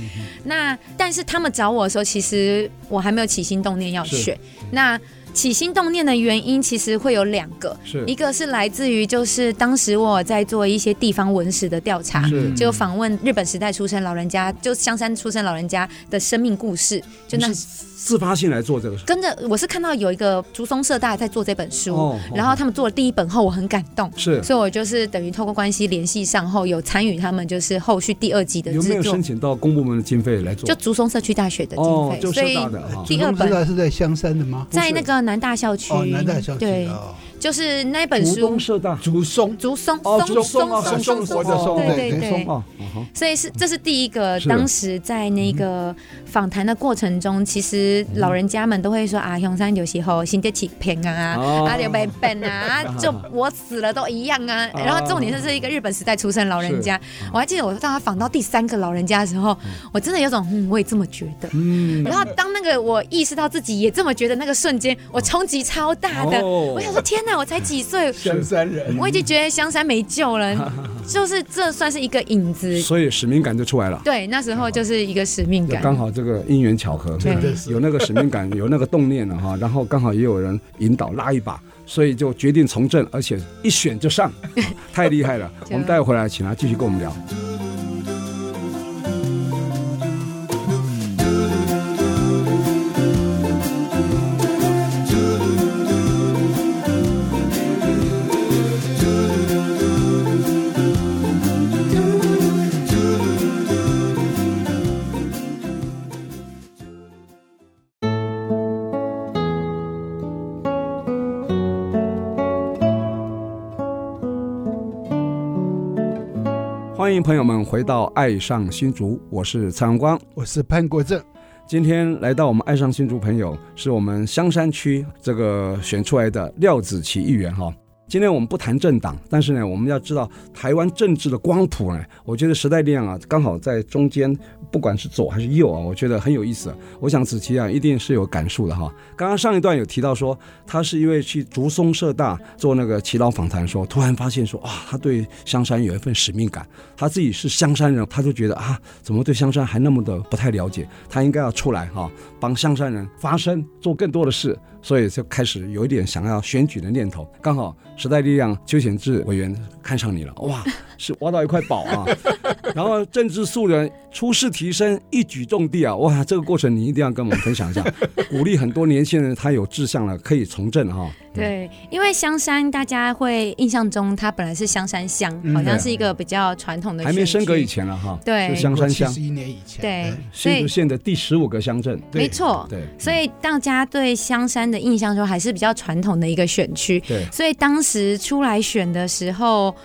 Speaker 5: 那但是他们找我的时候，其实我还没有起心动念要
Speaker 3: 是
Speaker 5: 选。那起心动念的原因其实会有两个，
Speaker 3: 是
Speaker 5: 一个是来自于就是当时我在做一些地方文史的调查，
Speaker 3: 是
Speaker 5: 就访问日本时代出生老人家，就香山出生老人家的生命故事，就那
Speaker 3: 你是自发性来做这个事，
Speaker 5: 跟着我是看到有一个竹松社大在做这本书，
Speaker 3: 哦
Speaker 5: 然后他们做了第一本后，我很感动。
Speaker 3: 是
Speaker 5: 所以我就是等于透过关系联系上后，有参与他们就是后续第二季的
Speaker 3: 有没
Speaker 5: 制
Speaker 3: 有
Speaker 5: 作
Speaker 3: 申，请到公部门的经费来做
Speaker 5: 就？竹松社区大学的经
Speaker 3: 哦
Speaker 5: 费，，
Speaker 3: 就
Speaker 5: 所
Speaker 3: 社
Speaker 5: 以
Speaker 3: 大的哈，
Speaker 5: 第二本
Speaker 4: 知道是在香山的吗？
Speaker 5: 在那个南大校区，
Speaker 4: 哦，南大校区
Speaker 5: 对，
Speaker 4: 哦，
Speaker 5: 就是那本
Speaker 3: 竹
Speaker 5: 书
Speaker 3: 东社大，
Speaker 4: 竹松
Speaker 5: 竹松
Speaker 3: 哦，
Speaker 5: 松
Speaker 3: 竹松啊，
Speaker 5: 松
Speaker 4: 松
Speaker 5: 松
Speaker 4: 活的松
Speaker 5: 对
Speaker 4: 对
Speaker 5: 对
Speaker 4: 竹
Speaker 5: 对
Speaker 3: 松。啊，嗯哼
Speaker 5: 所以是这是第一个，
Speaker 3: 是嗯
Speaker 5: 当时在那个访谈的过程中，其实老人家们都会说啊，熊山有时候心地起平啊，
Speaker 3: 哦
Speaker 5: 啊，刘北 本啊，啊就我死了都一样啊。
Speaker 3: 哦
Speaker 5: 然后重点是这是一个日本时代出生老人家，
Speaker 3: 嗯
Speaker 5: 我还记得我当他访到第三个老人家的时候，我真的有种嗯，我也这么觉得。
Speaker 3: 嗯，
Speaker 5: 然后当那个我意识到自己也这么觉得那个瞬间，我冲击超大的。
Speaker 3: 哦嗯
Speaker 5: 我想说天哪，我才几岁，
Speaker 4: 香山人，
Speaker 5: 我已经觉得香山没救了， 就是这算是一个影子，
Speaker 3: 所以使命感就出来了。
Speaker 5: 对，那
Speaker 3: 嗯
Speaker 5: 时候就是一个使命
Speaker 3: 就
Speaker 5: 感，
Speaker 3: 刚好这个因缘巧合，
Speaker 5: 真的
Speaker 3: 有那个使命感，有那个动念了哈，然后刚好也有人引导拉一把，所以就决定从政，而且一选就上， 太厉害了！我们待会回来请他继续跟我们聊。欢迎朋友们回到《爱上新竹》，我是蔡阳光。
Speaker 4: 我是潘国正，
Speaker 3: 今天来到我们爱上新竹朋友，是我们香山区这个选出来的廖子琪议员哈。今天我们不谈政党，但是呢，我们要知道台湾政治的光谱呢，我觉得时代力量啊，刚好在中间，不管是左还是右啊，我觉得很有意思。我想子琪啊，一定是有感触的哈。刚刚上一段有提到说，他是因为去竹松社大做那个祈祷访谈的时候，突然发现说，哇，他对香山有一份使命感，他自己是香山人，他就觉得啊，怎么对香山还那么的不太了解？他应该要出来哈、帮香山人发声，做更多的事，所以就开始有一点想要选举的念头。刚好时代力量邱显志委员看上你了，哇，是挖到一块宝啊。 然后政治素人初试提升，一举中地啊！哇，这个过程你一定要跟我们分享一下，鼓励很多年轻人他有志向了，可以从政啊哈、
Speaker 5: 对，因为香山大家会印象中，它本来是香山乡，
Speaker 4: 嗯
Speaker 5: 好像是一个比较传统的，
Speaker 3: 还没升格以，前了哈、
Speaker 5: 对
Speaker 3: 就香山乡
Speaker 4: 七十一年以前，
Speaker 5: 对，所
Speaker 3: 新
Speaker 5: 以
Speaker 3: 竹县的第十五个乡镇，
Speaker 4: 对
Speaker 5: 没错。
Speaker 3: 对嗯
Speaker 5: 所以大家对香山的印象中还是比较传统的一个选区，
Speaker 3: 对，
Speaker 5: 所以当时出来选的时候，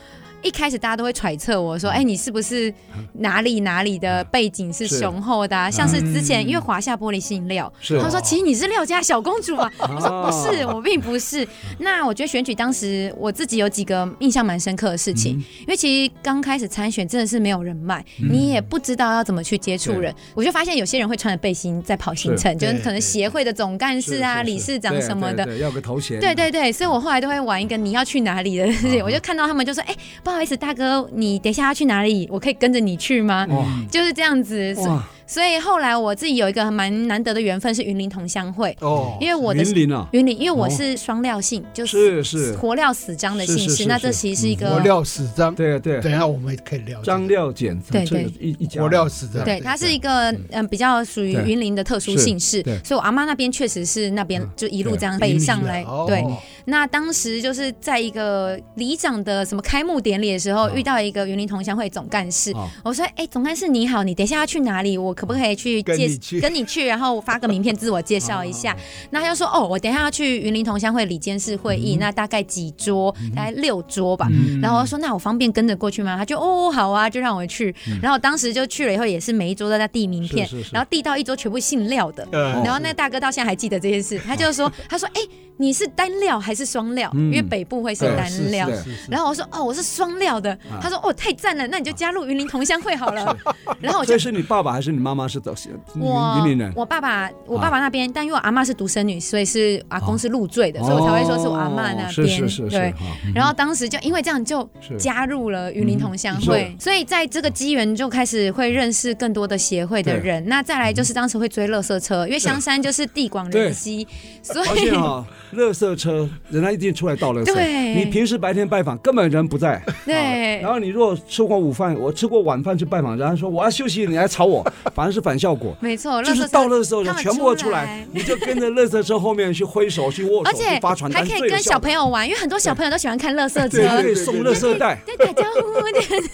Speaker 5: 一开始大家都会揣测我
Speaker 3: 嗯
Speaker 5: 说：“哎、你是不是哪里哪里的背景是
Speaker 3: 是嗯
Speaker 5: 雄厚的、啊？”像是之前、因为华夏玻璃是饮料，
Speaker 3: 是哦
Speaker 5: 他说：“其实你是廖家小公主啊。”
Speaker 3: 啊
Speaker 5: 我说：“不是，我并不是。”那我觉得选举当时我自己有几个印象蛮深刻的事情，
Speaker 3: 嗯
Speaker 5: 因为其实刚开始参选真的是没有人脉，你也不知道要怎么去接触人。我就发现有些人会穿着背心在跑行程，就是
Speaker 4: 对
Speaker 5: 可能
Speaker 4: 对
Speaker 5: 协会的总干事啊、理事长什么
Speaker 3: 对
Speaker 5: 的。
Speaker 3: 对对要个头衔，
Speaker 5: 对对对，所以我后来都会玩一个你要去哪里的事情，我就看到他们就说：“哎、不好意思，大哥，你等一下要去哪里？我可以跟着你去吗？”
Speaker 3: 哇
Speaker 5: 嗯就是这样子，所
Speaker 3: 嗯哇，
Speaker 5: 所以后来我自己有一个蛮难得的缘分是云林同乡会，
Speaker 4: 哦，
Speaker 5: 因为我的
Speaker 3: 云林啊，
Speaker 5: 云林，因为我是双料姓，就是
Speaker 3: 是是
Speaker 5: 活料死章的
Speaker 3: 是
Speaker 5: 姓氏，
Speaker 3: 是是
Speaker 5: 那
Speaker 3: 是
Speaker 5: 这其实是一个
Speaker 4: 我廖史章，
Speaker 3: 对对，
Speaker 4: 等一下我们也可以聊这个
Speaker 3: 张廖简，
Speaker 5: 对
Speaker 3: 这个
Speaker 5: 对
Speaker 3: 一一家
Speaker 4: 我廖史章，
Speaker 5: 对，它是一个嗯比较属于
Speaker 3: 对
Speaker 5: 云林的特殊
Speaker 3: 是
Speaker 5: 姓氏
Speaker 3: 对，嗯
Speaker 5: 所以我阿妈那边确实是那边就一路这样
Speaker 4: 移
Speaker 5: 北
Speaker 4: 民
Speaker 5: 上
Speaker 4: 的
Speaker 5: 来
Speaker 4: 哦，
Speaker 5: 对。那当时就是在一个里长的什么开幕典礼的时
Speaker 3: 嗯
Speaker 5: 候，遇到一个云林同乡会总干事，
Speaker 3: 哦
Speaker 5: 我说：“哎、总干事你好，你等一下要去哪里？我可不可以去
Speaker 4: 跟
Speaker 5: 介
Speaker 4: 你去
Speaker 5: 跟你去，然后发个名片自我介绍一下？”那他就说：“哦，我等一下要去云林同乡会里监事会
Speaker 4: 嗯
Speaker 5: 议，那大概几桌？大概六桌吧。然后我说：“那我方便跟着过去吗？”他就：“哦，好啊，就让我去。
Speaker 4: 嗯
Speaker 5: 然后我当时就去了以后，也是每一桌都在递名片，
Speaker 3: 是是是
Speaker 5: 然后递到一桌全部姓廖的。
Speaker 4: 呃，
Speaker 5: 然后那大哥到现在还记得这件事，他 就说：“他说，哎、你是单料还是双料？
Speaker 3: 嗯
Speaker 5: 因为北部会是
Speaker 3: 对
Speaker 5: 单
Speaker 4: 呃是
Speaker 5: 料。
Speaker 4: 是
Speaker 3: 嗯
Speaker 4: 是
Speaker 5: 然后我说：“哦，我是双料的。
Speaker 3: 啊
Speaker 5: 他说：“哦，太赞了，那你就加入云林同乡会好 了。然后我就
Speaker 3: 这是你爸爸还是你妈妈是的云
Speaker 5: 我
Speaker 3: 云林人？啊
Speaker 5: 我爸爸我爸爸那边，但因为我阿妈是独生女，所以是阿公是入赘的，
Speaker 3: 哦
Speaker 5: 所以我才会说是我阿妈那边。
Speaker 3: 是是是是
Speaker 5: 对，
Speaker 3: 哈
Speaker 5: 然后当时就因为这样就加入了云林同乡会，
Speaker 3: 嗯
Speaker 5: 所以在这个机缘就开始会认识更多的协会的人。那再来就是当时会追垃圾车，因为香山就是地广人稀，所
Speaker 3: 嗯发
Speaker 5: 以
Speaker 3: 现哈，垃圾车人家一定出来倒垃圾。
Speaker 5: 对
Speaker 3: 你平时白天拜访根本人不在。
Speaker 5: 对
Speaker 3: 然后你如果吃过午饭，我吃过晚饭去拜访，然后说我要休息，你来吵我， 反而是反效果。
Speaker 5: 没错，垃
Speaker 3: 就
Speaker 5: 圾
Speaker 3: 是
Speaker 5: 车
Speaker 3: 到垃圾车
Speaker 5: 他们
Speaker 3: 全部都
Speaker 5: 出
Speaker 3: 出
Speaker 5: 来
Speaker 3: 来，你就跟着垃圾车后面去挥手、去握手、
Speaker 5: 而且
Speaker 3: 去发传单，
Speaker 5: 还可
Speaker 3: 最
Speaker 5: 以
Speaker 3: 有
Speaker 5: 跟
Speaker 3: 效
Speaker 5: 小朋友玩，因为很多小朋友都喜欢看垃圾
Speaker 3: 对，还可
Speaker 5: 车，
Speaker 3: 以送垃圾袋，
Speaker 5: 对打招呼对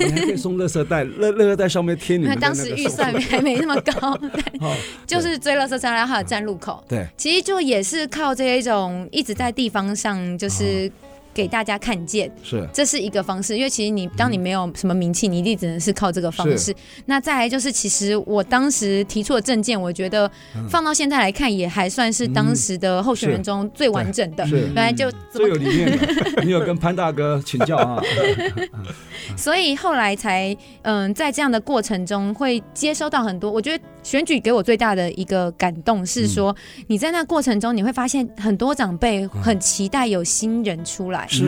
Speaker 3: 你还可以送垃圾袋，垃垃圾袋上面贴你
Speaker 5: 因为
Speaker 3: 们的那个
Speaker 5: 当
Speaker 3: 手
Speaker 5: 时
Speaker 3: 机。
Speaker 5: 预算还没那么 高，
Speaker 3: 哦
Speaker 5: 就是追垃圾车，然后还有站路口。
Speaker 3: 对，
Speaker 5: 其实就也是靠这一种一直在地方上，
Speaker 3: 嗯
Speaker 5: 就是给大家看见，
Speaker 3: 是
Speaker 5: 这是一个方式。因为其实你当你没有什么名气，你一定只能是靠这个方式。那再来就是，其实我当时提出的证件，我觉得
Speaker 3: 嗯
Speaker 5: 放到现在来看，也还算是当时的候选人中最完整的。
Speaker 3: 是
Speaker 5: 本来就怎
Speaker 3: 最有
Speaker 5: 么，
Speaker 3: 理念的，你有跟潘大哥请教啊？
Speaker 5: 所以后来才嗯，在这样的过程中会接收到很多。我觉得选举给我最大的一个感动是说，
Speaker 3: 嗯
Speaker 5: 你在那过程中你会发现很多长辈很期待有新人出来，
Speaker 3: 是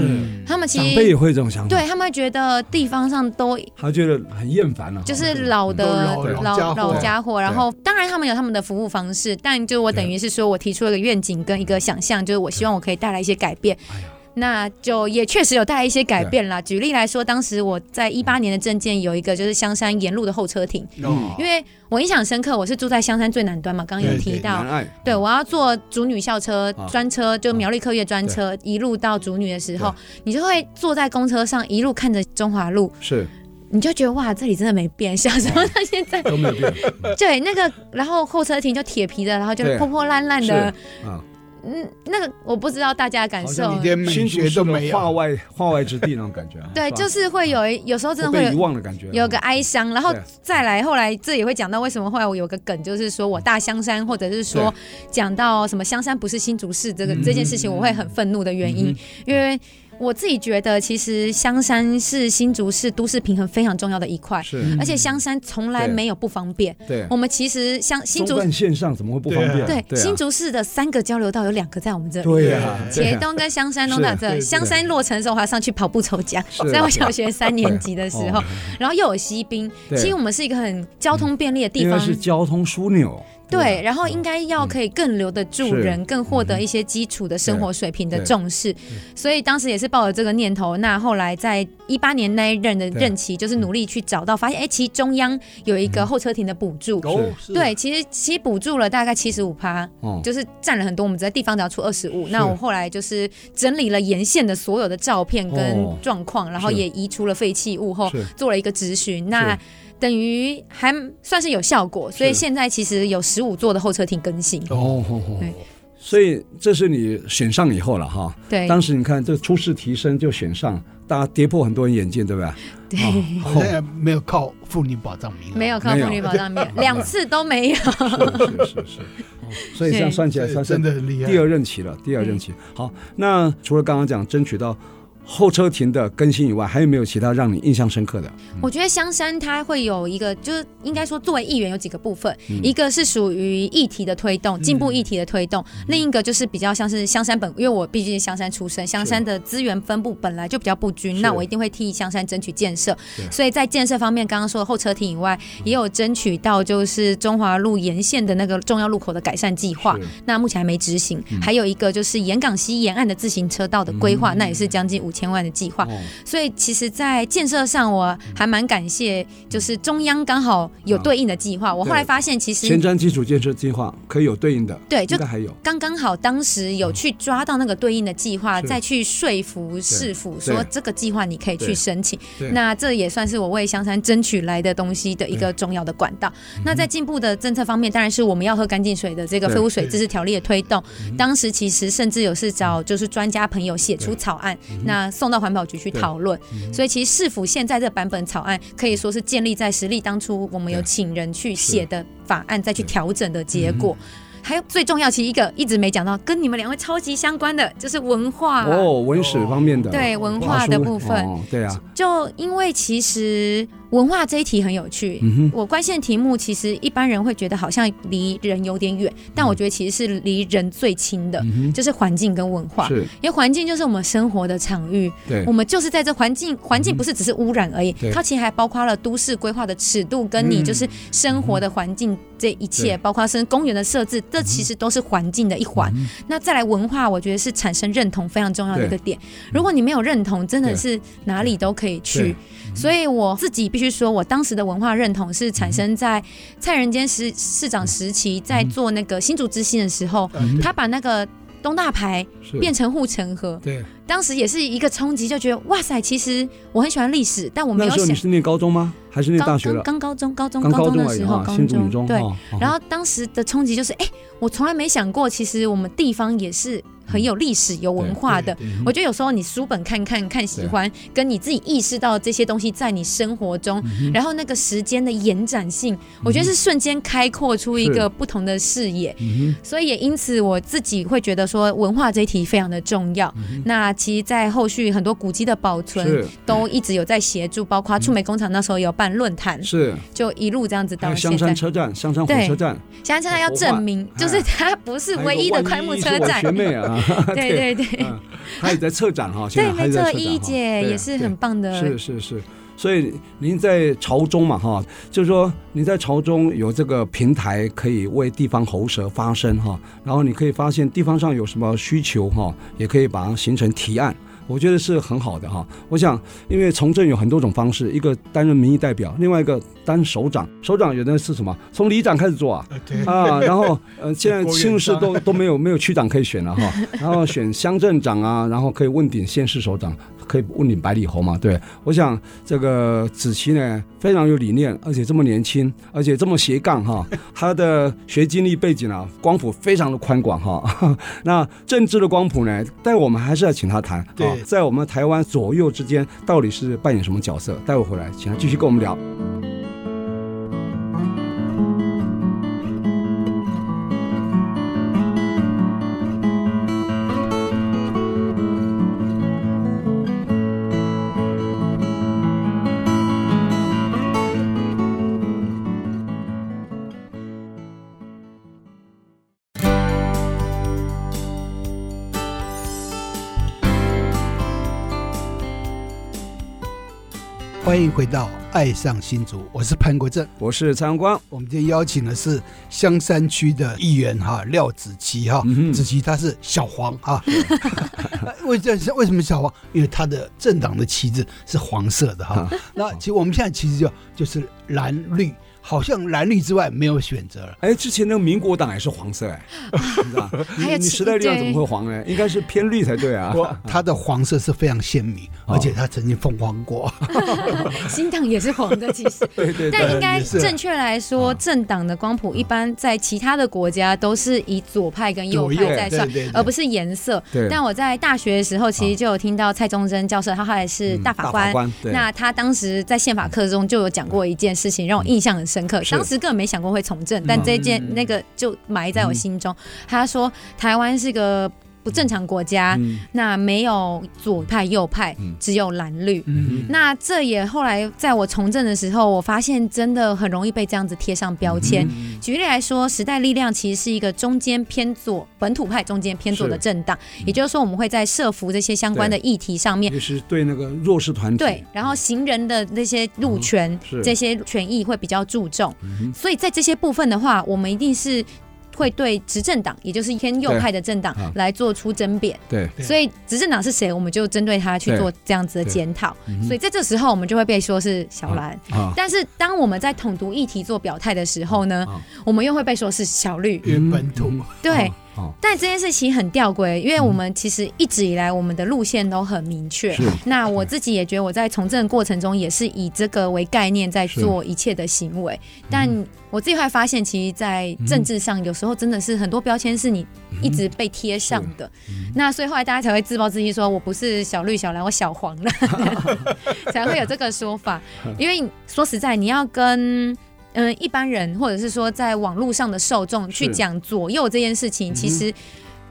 Speaker 5: 他们其
Speaker 3: 嗯长辈也
Speaker 5: 实
Speaker 3: 会这种想法，
Speaker 5: 对他们觉得地方上都
Speaker 3: 他觉得很厌烦了、
Speaker 5: 就是老的
Speaker 4: 都啊老老
Speaker 5: 老
Speaker 4: 家伙
Speaker 5: 老家伙，然后当然他们有他们的服务方式，但就我等于是说我提出了一个愿景跟一个想象，就是我希望我可以带来一些改变。
Speaker 4: 哎
Speaker 5: 那就也确实有带来一些改变啦。举例来说，当时我在一八年的证件有一个就是香山沿路的候车亭，
Speaker 4: 哦
Speaker 5: 因为我印象深刻，我是住在香山最南端嘛，刚刚有
Speaker 4: 对
Speaker 5: 提
Speaker 4: 对
Speaker 5: 到
Speaker 3: 难，爱
Speaker 5: 对，我要坐竹女校车
Speaker 3: 啊
Speaker 5: 专车，就苗栗客运专车，一路到竹女的时候，你就会坐在公车上，一路看着中华路，
Speaker 3: 是
Speaker 5: 你就觉得哇，这里真的没变，小时候到现在，
Speaker 3: 都没有变，
Speaker 5: 对那个，然后候车亭就铁皮的，然后就
Speaker 3: 对
Speaker 5: 破破烂烂
Speaker 3: 是
Speaker 5: 的，
Speaker 3: 啊，
Speaker 5: 嗯，那个我不知道大家的感受
Speaker 4: 一，点美
Speaker 3: 新竹
Speaker 4: 学
Speaker 3: 是
Speaker 4: 都
Speaker 3: 个
Speaker 4: 没
Speaker 3: 化
Speaker 4: 有，
Speaker 3: 外化外之地那种感觉、啊，
Speaker 5: 对，就是是会有一有时候真
Speaker 3: 吧会
Speaker 5: 的会
Speaker 3: 被遗
Speaker 5: 有。
Speaker 3: 忘的感觉，
Speaker 5: 有个哀伤，然后
Speaker 3: 对
Speaker 5: 再来，后来这也会讲到为什么后来我有个梗，就是说我大香山，或者是说讲到什么香山不是新竹市这个、
Speaker 3: 嗯
Speaker 5: 这件事情，我会很愤怒的原因，因为我自己觉得其实香山是新竹市都市平衡非常重要的一块，
Speaker 3: 是
Speaker 5: 而且香山从来
Speaker 3: 嗯对
Speaker 5: 没有不方便。
Speaker 3: 对。
Speaker 5: 我们其实香新
Speaker 3: 中
Speaker 5: 竹
Speaker 3: 断线上怎么会不方便？
Speaker 5: 对
Speaker 3: 对啊
Speaker 5: 新竹市的三个交流道有两个在我们这里。
Speaker 3: 对呀，对
Speaker 5: 茄
Speaker 3: 啊
Speaker 5: 东跟香山都在
Speaker 3: 是
Speaker 5: 这，香山落成的时候，我还上去跑步抽奖
Speaker 3: 是，啊
Speaker 5: 在我小学三年级的时 候
Speaker 3: 哦，
Speaker 5: 然后又有西滨，
Speaker 3: 对
Speaker 5: 其实我们是一个很交通便利的地
Speaker 3: 因为
Speaker 5: 方，
Speaker 3: 是交通枢纽，
Speaker 5: 对，然后应该
Speaker 3: 嗯
Speaker 5: 要
Speaker 3: 嗯
Speaker 5: 可以更留得住人，更获得一些基础的生活水平的重视，所以当时也是是抱着这个念头。那后来在一八年那一任的任期，就是努力去找到，发现哎，其实中央有一
Speaker 3: 嗯
Speaker 5: 个候车亭的补助。
Speaker 4: 哦，是
Speaker 5: 对，，其实其实补助了大概七十五趴，
Speaker 3: 哦，
Speaker 5: 就是占了很多。我们只在地方只要出二十五。那我后来就是整理了沿线的所有的照片跟
Speaker 3: 哦
Speaker 5: 状况，然后
Speaker 3: 是
Speaker 5: 也移除了废弃物后
Speaker 3: 哦是，
Speaker 5: 做了一个质询。那
Speaker 3: 是
Speaker 5: 等于还算是有效果，所以
Speaker 3: 是
Speaker 5: 现在其实有十五座的候车亭更新。
Speaker 3: 哦，哦哦
Speaker 5: 对
Speaker 3: 所以这是你选上以后了哈。
Speaker 5: 对，
Speaker 3: 当时你看这初试提升就选上，大家跌破很多人眼镜，对吧？
Speaker 5: 对
Speaker 3: 哦
Speaker 4: 好像没有靠妇女保障名额，
Speaker 5: 没有靠
Speaker 3: 没
Speaker 5: 妇
Speaker 3: 有
Speaker 5: 女保障面，两次都没 有。
Speaker 3: 是是是，哦 所以这样算起来
Speaker 4: 这
Speaker 3: 算
Speaker 4: 真
Speaker 3: 是
Speaker 4: 的很厉害。
Speaker 3: 第二任期了，第二任期。好，那除了刚刚讲争取到候车亭的更新以外，还有没有其他让你印象深刻的？
Speaker 5: 我觉得香山它会有一个，就是应该说作为议员有几个部分，一个是属于议题的推动，进步议题的推动；另一个就是比较像是香山本，因为我毕竟是香山出身，香山的资源分布本来就比较不均，
Speaker 3: 是
Speaker 5: 那我一定会替香山争取建设。所以在建设方面，刚刚说的候车亭以外，也有争取到就是中华路沿线的那个重要路口的改善计划，那目前还没执行。还有一个就是沿港西沿岸的自行车道的规划，那也是将近五千万的计划。
Speaker 3: 哦，
Speaker 5: 所以其实，在建设上，我还蛮感谢，就是中央刚好有对应的计划。我后来发现，其
Speaker 3: 前
Speaker 5: 实
Speaker 3: 瞻基础建设计划可以有对应的，
Speaker 5: 对，就
Speaker 3: 应该还有。
Speaker 5: 刚刚好，当时有去抓到那个对应的计划，再去说服市府说这个计划你可以去申请
Speaker 3: 对。
Speaker 5: 那这也算是我为香山争取来的东西的一个重要的管道。那在进步的政策方面，当然是我们要喝干净水的这个
Speaker 3: 嗯对嗯
Speaker 5: 废污水自治条例的推动。当时其实甚至有是找就是专家朋友写出草案，
Speaker 3: 嗯
Speaker 5: 那送到环保局去讨论。所以其实市府现在这版本草案可以说是建立在实力当初我们有
Speaker 3: 对
Speaker 5: 请人去写的法案再去调整的结果。
Speaker 3: 嗯
Speaker 5: 还有最重要，其实一个一直没讲到，跟你们两位超级相关的，就是文化。
Speaker 3: 哦，文史方面的
Speaker 5: 对文
Speaker 3: 华
Speaker 5: 化
Speaker 3: 书
Speaker 5: 的部分，
Speaker 3: 哦，对啊，
Speaker 5: 就因为其实文化这一题很有趣，
Speaker 3: 嗯
Speaker 5: 我关心的题目其实一般人会觉得好像离人有点远，但我觉得其实是离人最亲的，
Speaker 3: 哼，嗯
Speaker 5: 就是环境跟文化
Speaker 3: 哼，。是
Speaker 5: 因为环境就是我们生活的场域，
Speaker 3: 对
Speaker 5: 我，们就是在这环境，环境不是只是污染而已，
Speaker 3: 嗯对嗯
Speaker 5: 它其实还包括了都市规划的尺度，跟你就是生活的环境这一切，包括甚至公园的设置，这其
Speaker 3: 嗯
Speaker 5: 实都是环境的一环。那再来文化，我觉得是产生认同非常重要的一个点。如果你没有认同，真的是哪里都可以去
Speaker 3: 对。
Speaker 5: 所以我自己必须说，我当时的文化认同是产生在蔡仁坚市市长时期，在做那个新竹之星的时候，
Speaker 4: 嗯
Speaker 5: 他把那个东大牌
Speaker 3: 是
Speaker 5: 变成护城河。
Speaker 3: 对。
Speaker 5: 当时也是一个冲击，就觉得哇塞，其实我很喜欢历史，但我没
Speaker 3: 那
Speaker 5: 有
Speaker 3: 时候你
Speaker 5: 想
Speaker 3: 是念高中吗？还是念大
Speaker 5: 刚
Speaker 3: 学
Speaker 5: 刚
Speaker 3: 了？
Speaker 5: 刚高中高中
Speaker 3: 刚
Speaker 5: 高
Speaker 3: 高
Speaker 5: 中
Speaker 3: 中
Speaker 5: 的
Speaker 3: 而已
Speaker 5: 时候，
Speaker 3: 哈，
Speaker 5: 高
Speaker 3: 新竹女中
Speaker 5: 对。
Speaker 3: 哦哦
Speaker 5: 然后当时的冲击就是，哎，我从来没想过，其实我们地方也是很有历史、有文化的。
Speaker 3: 嗯
Speaker 4: 对对
Speaker 5: 我觉得有时候你书本看看看喜欢，跟你自己意识到这些东西在你生活中，
Speaker 3: 嗯
Speaker 5: 然后那个时间的延展性，我觉得是瞬间开阔出一个
Speaker 3: 是
Speaker 5: 不同的视野。
Speaker 3: 嗯
Speaker 5: 所以也因此我自己会觉得说，文化这一题非常的重要。那其实，在后续很多古迹的保
Speaker 3: 哼，
Speaker 5: 存
Speaker 3: 嗯是嗯
Speaker 5: 都一直有在协助，包括触媒工厂那时候有办论坛，
Speaker 3: 是，
Speaker 5: 就一路这样子
Speaker 3: 还
Speaker 5: 到
Speaker 3: 有
Speaker 5: 现
Speaker 3: 香
Speaker 5: 在
Speaker 3: 山。车站、香山火
Speaker 5: 对
Speaker 3: 车站，
Speaker 5: 香山车站要证明，
Speaker 3: 活化
Speaker 5: 就是它不是
Speaker 3: 还有
Speaker 5: 唯
Speaker 3: 个
Speaker 5: 一的
Speaker 3: 哎万
Speaker 5: 快木
Speaker 3: 一
Speaker 5: 车
Speaker 3: 是我
Speaker 5: 站。
Speaker 3: 学妹啊，
Speaker 5: 对对对
Speaker 3: 嗯她也在策展哈，现在
Speaker 5: 对，
Speaker 3: 还
Speaker 5: 没
Speaker 3: 在
Speaker 5: 错，
Speaker 3: 策展
Speaker 5: 依依
Speaker 3: 哈
Speaker 5: 姐
Speaker 3: 对啊
Speaker 5: 也是
Speaker 3: 对
Speaker 5: 很棒的
Speaker 3: 是。是是，所以您在朝中嘛，哈，就是说你在朝中有这个平台可以为地方喉舌发声哈，然后你可以发现地方上有什么需求哈，也可以把它形成提案。我觉得是很好的哈，我想，因为从政有很多种方式，一个担任民意代表，另外一个当首长。首长有的是什么？从里长开始做啊，
Speaker 4: 呃对
Speaker 3: 啊，然后 呃，现在
Speaker 4: 国元
Speaker 3: 新市
Speaker 4: 章
Speaker 3: 都都没有没有区长可以选了哈，然后选乡镇长啊，然后可以问鼎县市首长，可以问鼎百里侯嘛。对，我想这个子琪呢非常有理念，而且这么年轻，而且这么斜杠 哈，他的学经历背景啊，光谱非常的宽广哈。 那政治的光谱呢，但我们还是要请他谈啊
Speaker 4: 对，
Speaker 3: 在我们台湾左右之间到底是扮演什么角色？待会回来请他继续跟我们聊。
Speaker 4: 嗯欢迎回到《爱上新竹》，我是潘国正。
Speaker 3: 我是蔡阳光，
Speaker 4: 我们今天邀请的是香山区的议员哈廖子琪哈，
Speaker 3: 嗯哼
Speaker 4: 子琪他是小黄哈， 为这是为什么小黄？因为他的政党的旗帜是黄色的哈
Speaker 3: 啊。
Speaker 4: 那其实我们现在其实就就是蓝绿，好像蓝绿之外没有选择了。
Speaker 3: 哎，之前那个民国党也是黄色哎，你知道？
Speaker 5: 还有
Speaker 3: 你你
Speaker 5: 其
Speaker 3: 时代力量
Speaker 5: 对
Speaker 3: 怎么会黄呢？应该是偏绿才对啊。
Speaker 4: 他的黄色是非常鲜明，
Speaker 3: 哦。
Speaker 4: 而且他曾经凤凰过。
Speaker 5: 新党也是黄的，其实
Speaker 3: 对对
Speaker 5: 但
Speaker 3: 对，
Speaker 5: 应该
Speaker 4: 也是啊
Speaker 5: 正确来说，政党的光谱一般在其他的国家都是以左派跟右
Speaker 4: 左右
Speaker 5: 派在算
Speaker 4: 对对对，
Speaker 5: 而不是颜色
Speaker 3: 对。
Speaker 5: 但我在大学的时候，其实就有听到蔡宗珍教授，他后来是大法官，
Speaker 3: 嗯官对
Speaker 5: 那他当时在宪法课中就有讲过一件事情，让我印象很深刻。
Speaker 3: 是嗯
Speaker 5: 当时根本没想过会从政，但这件那个就埋在我心中。他说台湾是个不正常国家，
Speaker 3: 嗯
Speaker 5: 那没有左派右派
Speaker 3: 嗯，
Speaker 5: 只有蓝绿。
Speaker 4: 嗯，
Speaker 5: 那这也后来在我从政的时候，我发现真的很容易被这样子贴上标签。
Speaker 3: 嗯
Speaker 5: 举例来说，时代力量其实是一个中间偏左、本土派中间偏左的
Speaker 3: 是
Speaker 5: 政党，也就是说，我们会在社服这些相关的议题上面
Speaker 3: 就是对那个弱势团体，
Speaker 5: 对，然后行人的那些路权、
Speaker 3: 嗯是嗯
Speaker 5: 这些权益会比较注重，所以在这些部分的话，我们一定是。会对执政党，也就是偏右派的政党
Speaker 3: 对啊
Speaker 5: 来做出争辩，
Speaker 3: 对
Speaker 4: 对
Speaker 5: 所以执政党是谁，我们就针对他去
Speaker 3: 对
Speaker 5: 做这样子的
Speaker 3: 对
Speaker 5: 检讨
Speaker 3: 嗯。哼
Speaker 5: 所以在这时候，我们就会被说是小蓝。
Speaker 3: 啊，
Speaker 5: 但是当我们在统独议题做表态的时候呢
Speaker 3: 啊，
Speaker 5: 我们又会被说是小绿。
Speaker 4: 因为本土
Speaker 3: 嗯
Speaker 5: 对
Speaker 3: 哦，
Speaker 5: 但这件事情很吊诡，因为
Speaker 3: 嗯
Speaker 5: 我们其实一直以来我们的路线都很明确
Speaker 3: 是。
Speaker 5: 那我自己也觉得我在从政的过程中也是以这个为概念在做一切的行为，但我自己会发现，其实，在政治上有时候真的是很多标签是你一直被贴上的，那所以后来大家才会自暴自弃，说我不是小绿、小蓝，我小黄 了，才会有这个说法。因为说实在，你要跟嗯，一般人或者是说在网络上的受众去讲左右这件事情，其实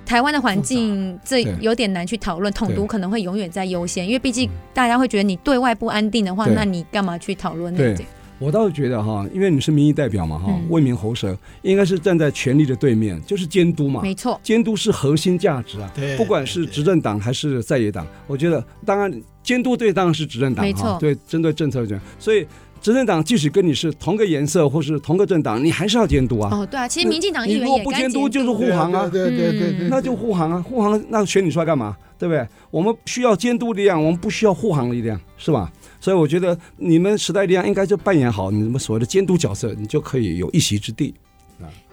Speaker 5: 台湾的环境嗯这
Speaker 3: 对
Speaker 5: 有点难去讨论，统
Speaker 3: 对嗯
Speaker 5: 独可能会永远在优先，因为毕竟大家会觉得你对外不安定的话，
Speaker 3: 对
Speaker 5: 那你干嘛去讨论
Speaker 3: 对
Speaker 5: 那件？
Speaker 3: 我倒是觉得哈，因为你是民意代表嘛哈
Speaker 5: 嗯，
Speaker 3: 为民喉舌，应该是站在权力的对面，就是监督嘛。
Speaker 5: 没错，
Speaker 3: 监督是核心价值啊，
Speaker 4: 对
Speaker 3: 不管是执政党还是在野党，我觉得当然监督对当然是执政党
Speaker 5: 没
Speaker 3: 哈
Speaker 5: 错，
Speaker 3: 对针对政策权，所以执政党即使跟你是同个颜色或是同个政党，你还是要监督啊。
Speaker 5: 哦，对啊，其实
Speaker 3: 那
Speaker 5: 民进党
Speaker 3: 你
Speaker 5: 议员
Speaker 3: 如果
Speaker 5: 也
Speaker 3: 不
Speaker 5: 该
Speaker 3: 监督就是护航啊
Speaker 4: 对对对对对，
Speaker 5: 嗯
Speaker 3: 那就护航啊，护航那选你出来干嘛？对不对？我们需要监督力量，我们不需要护航力量，是吧？所以我觉得你们时代力量应该就扮演好你们所谓的监督角色，你就可以有一席之地。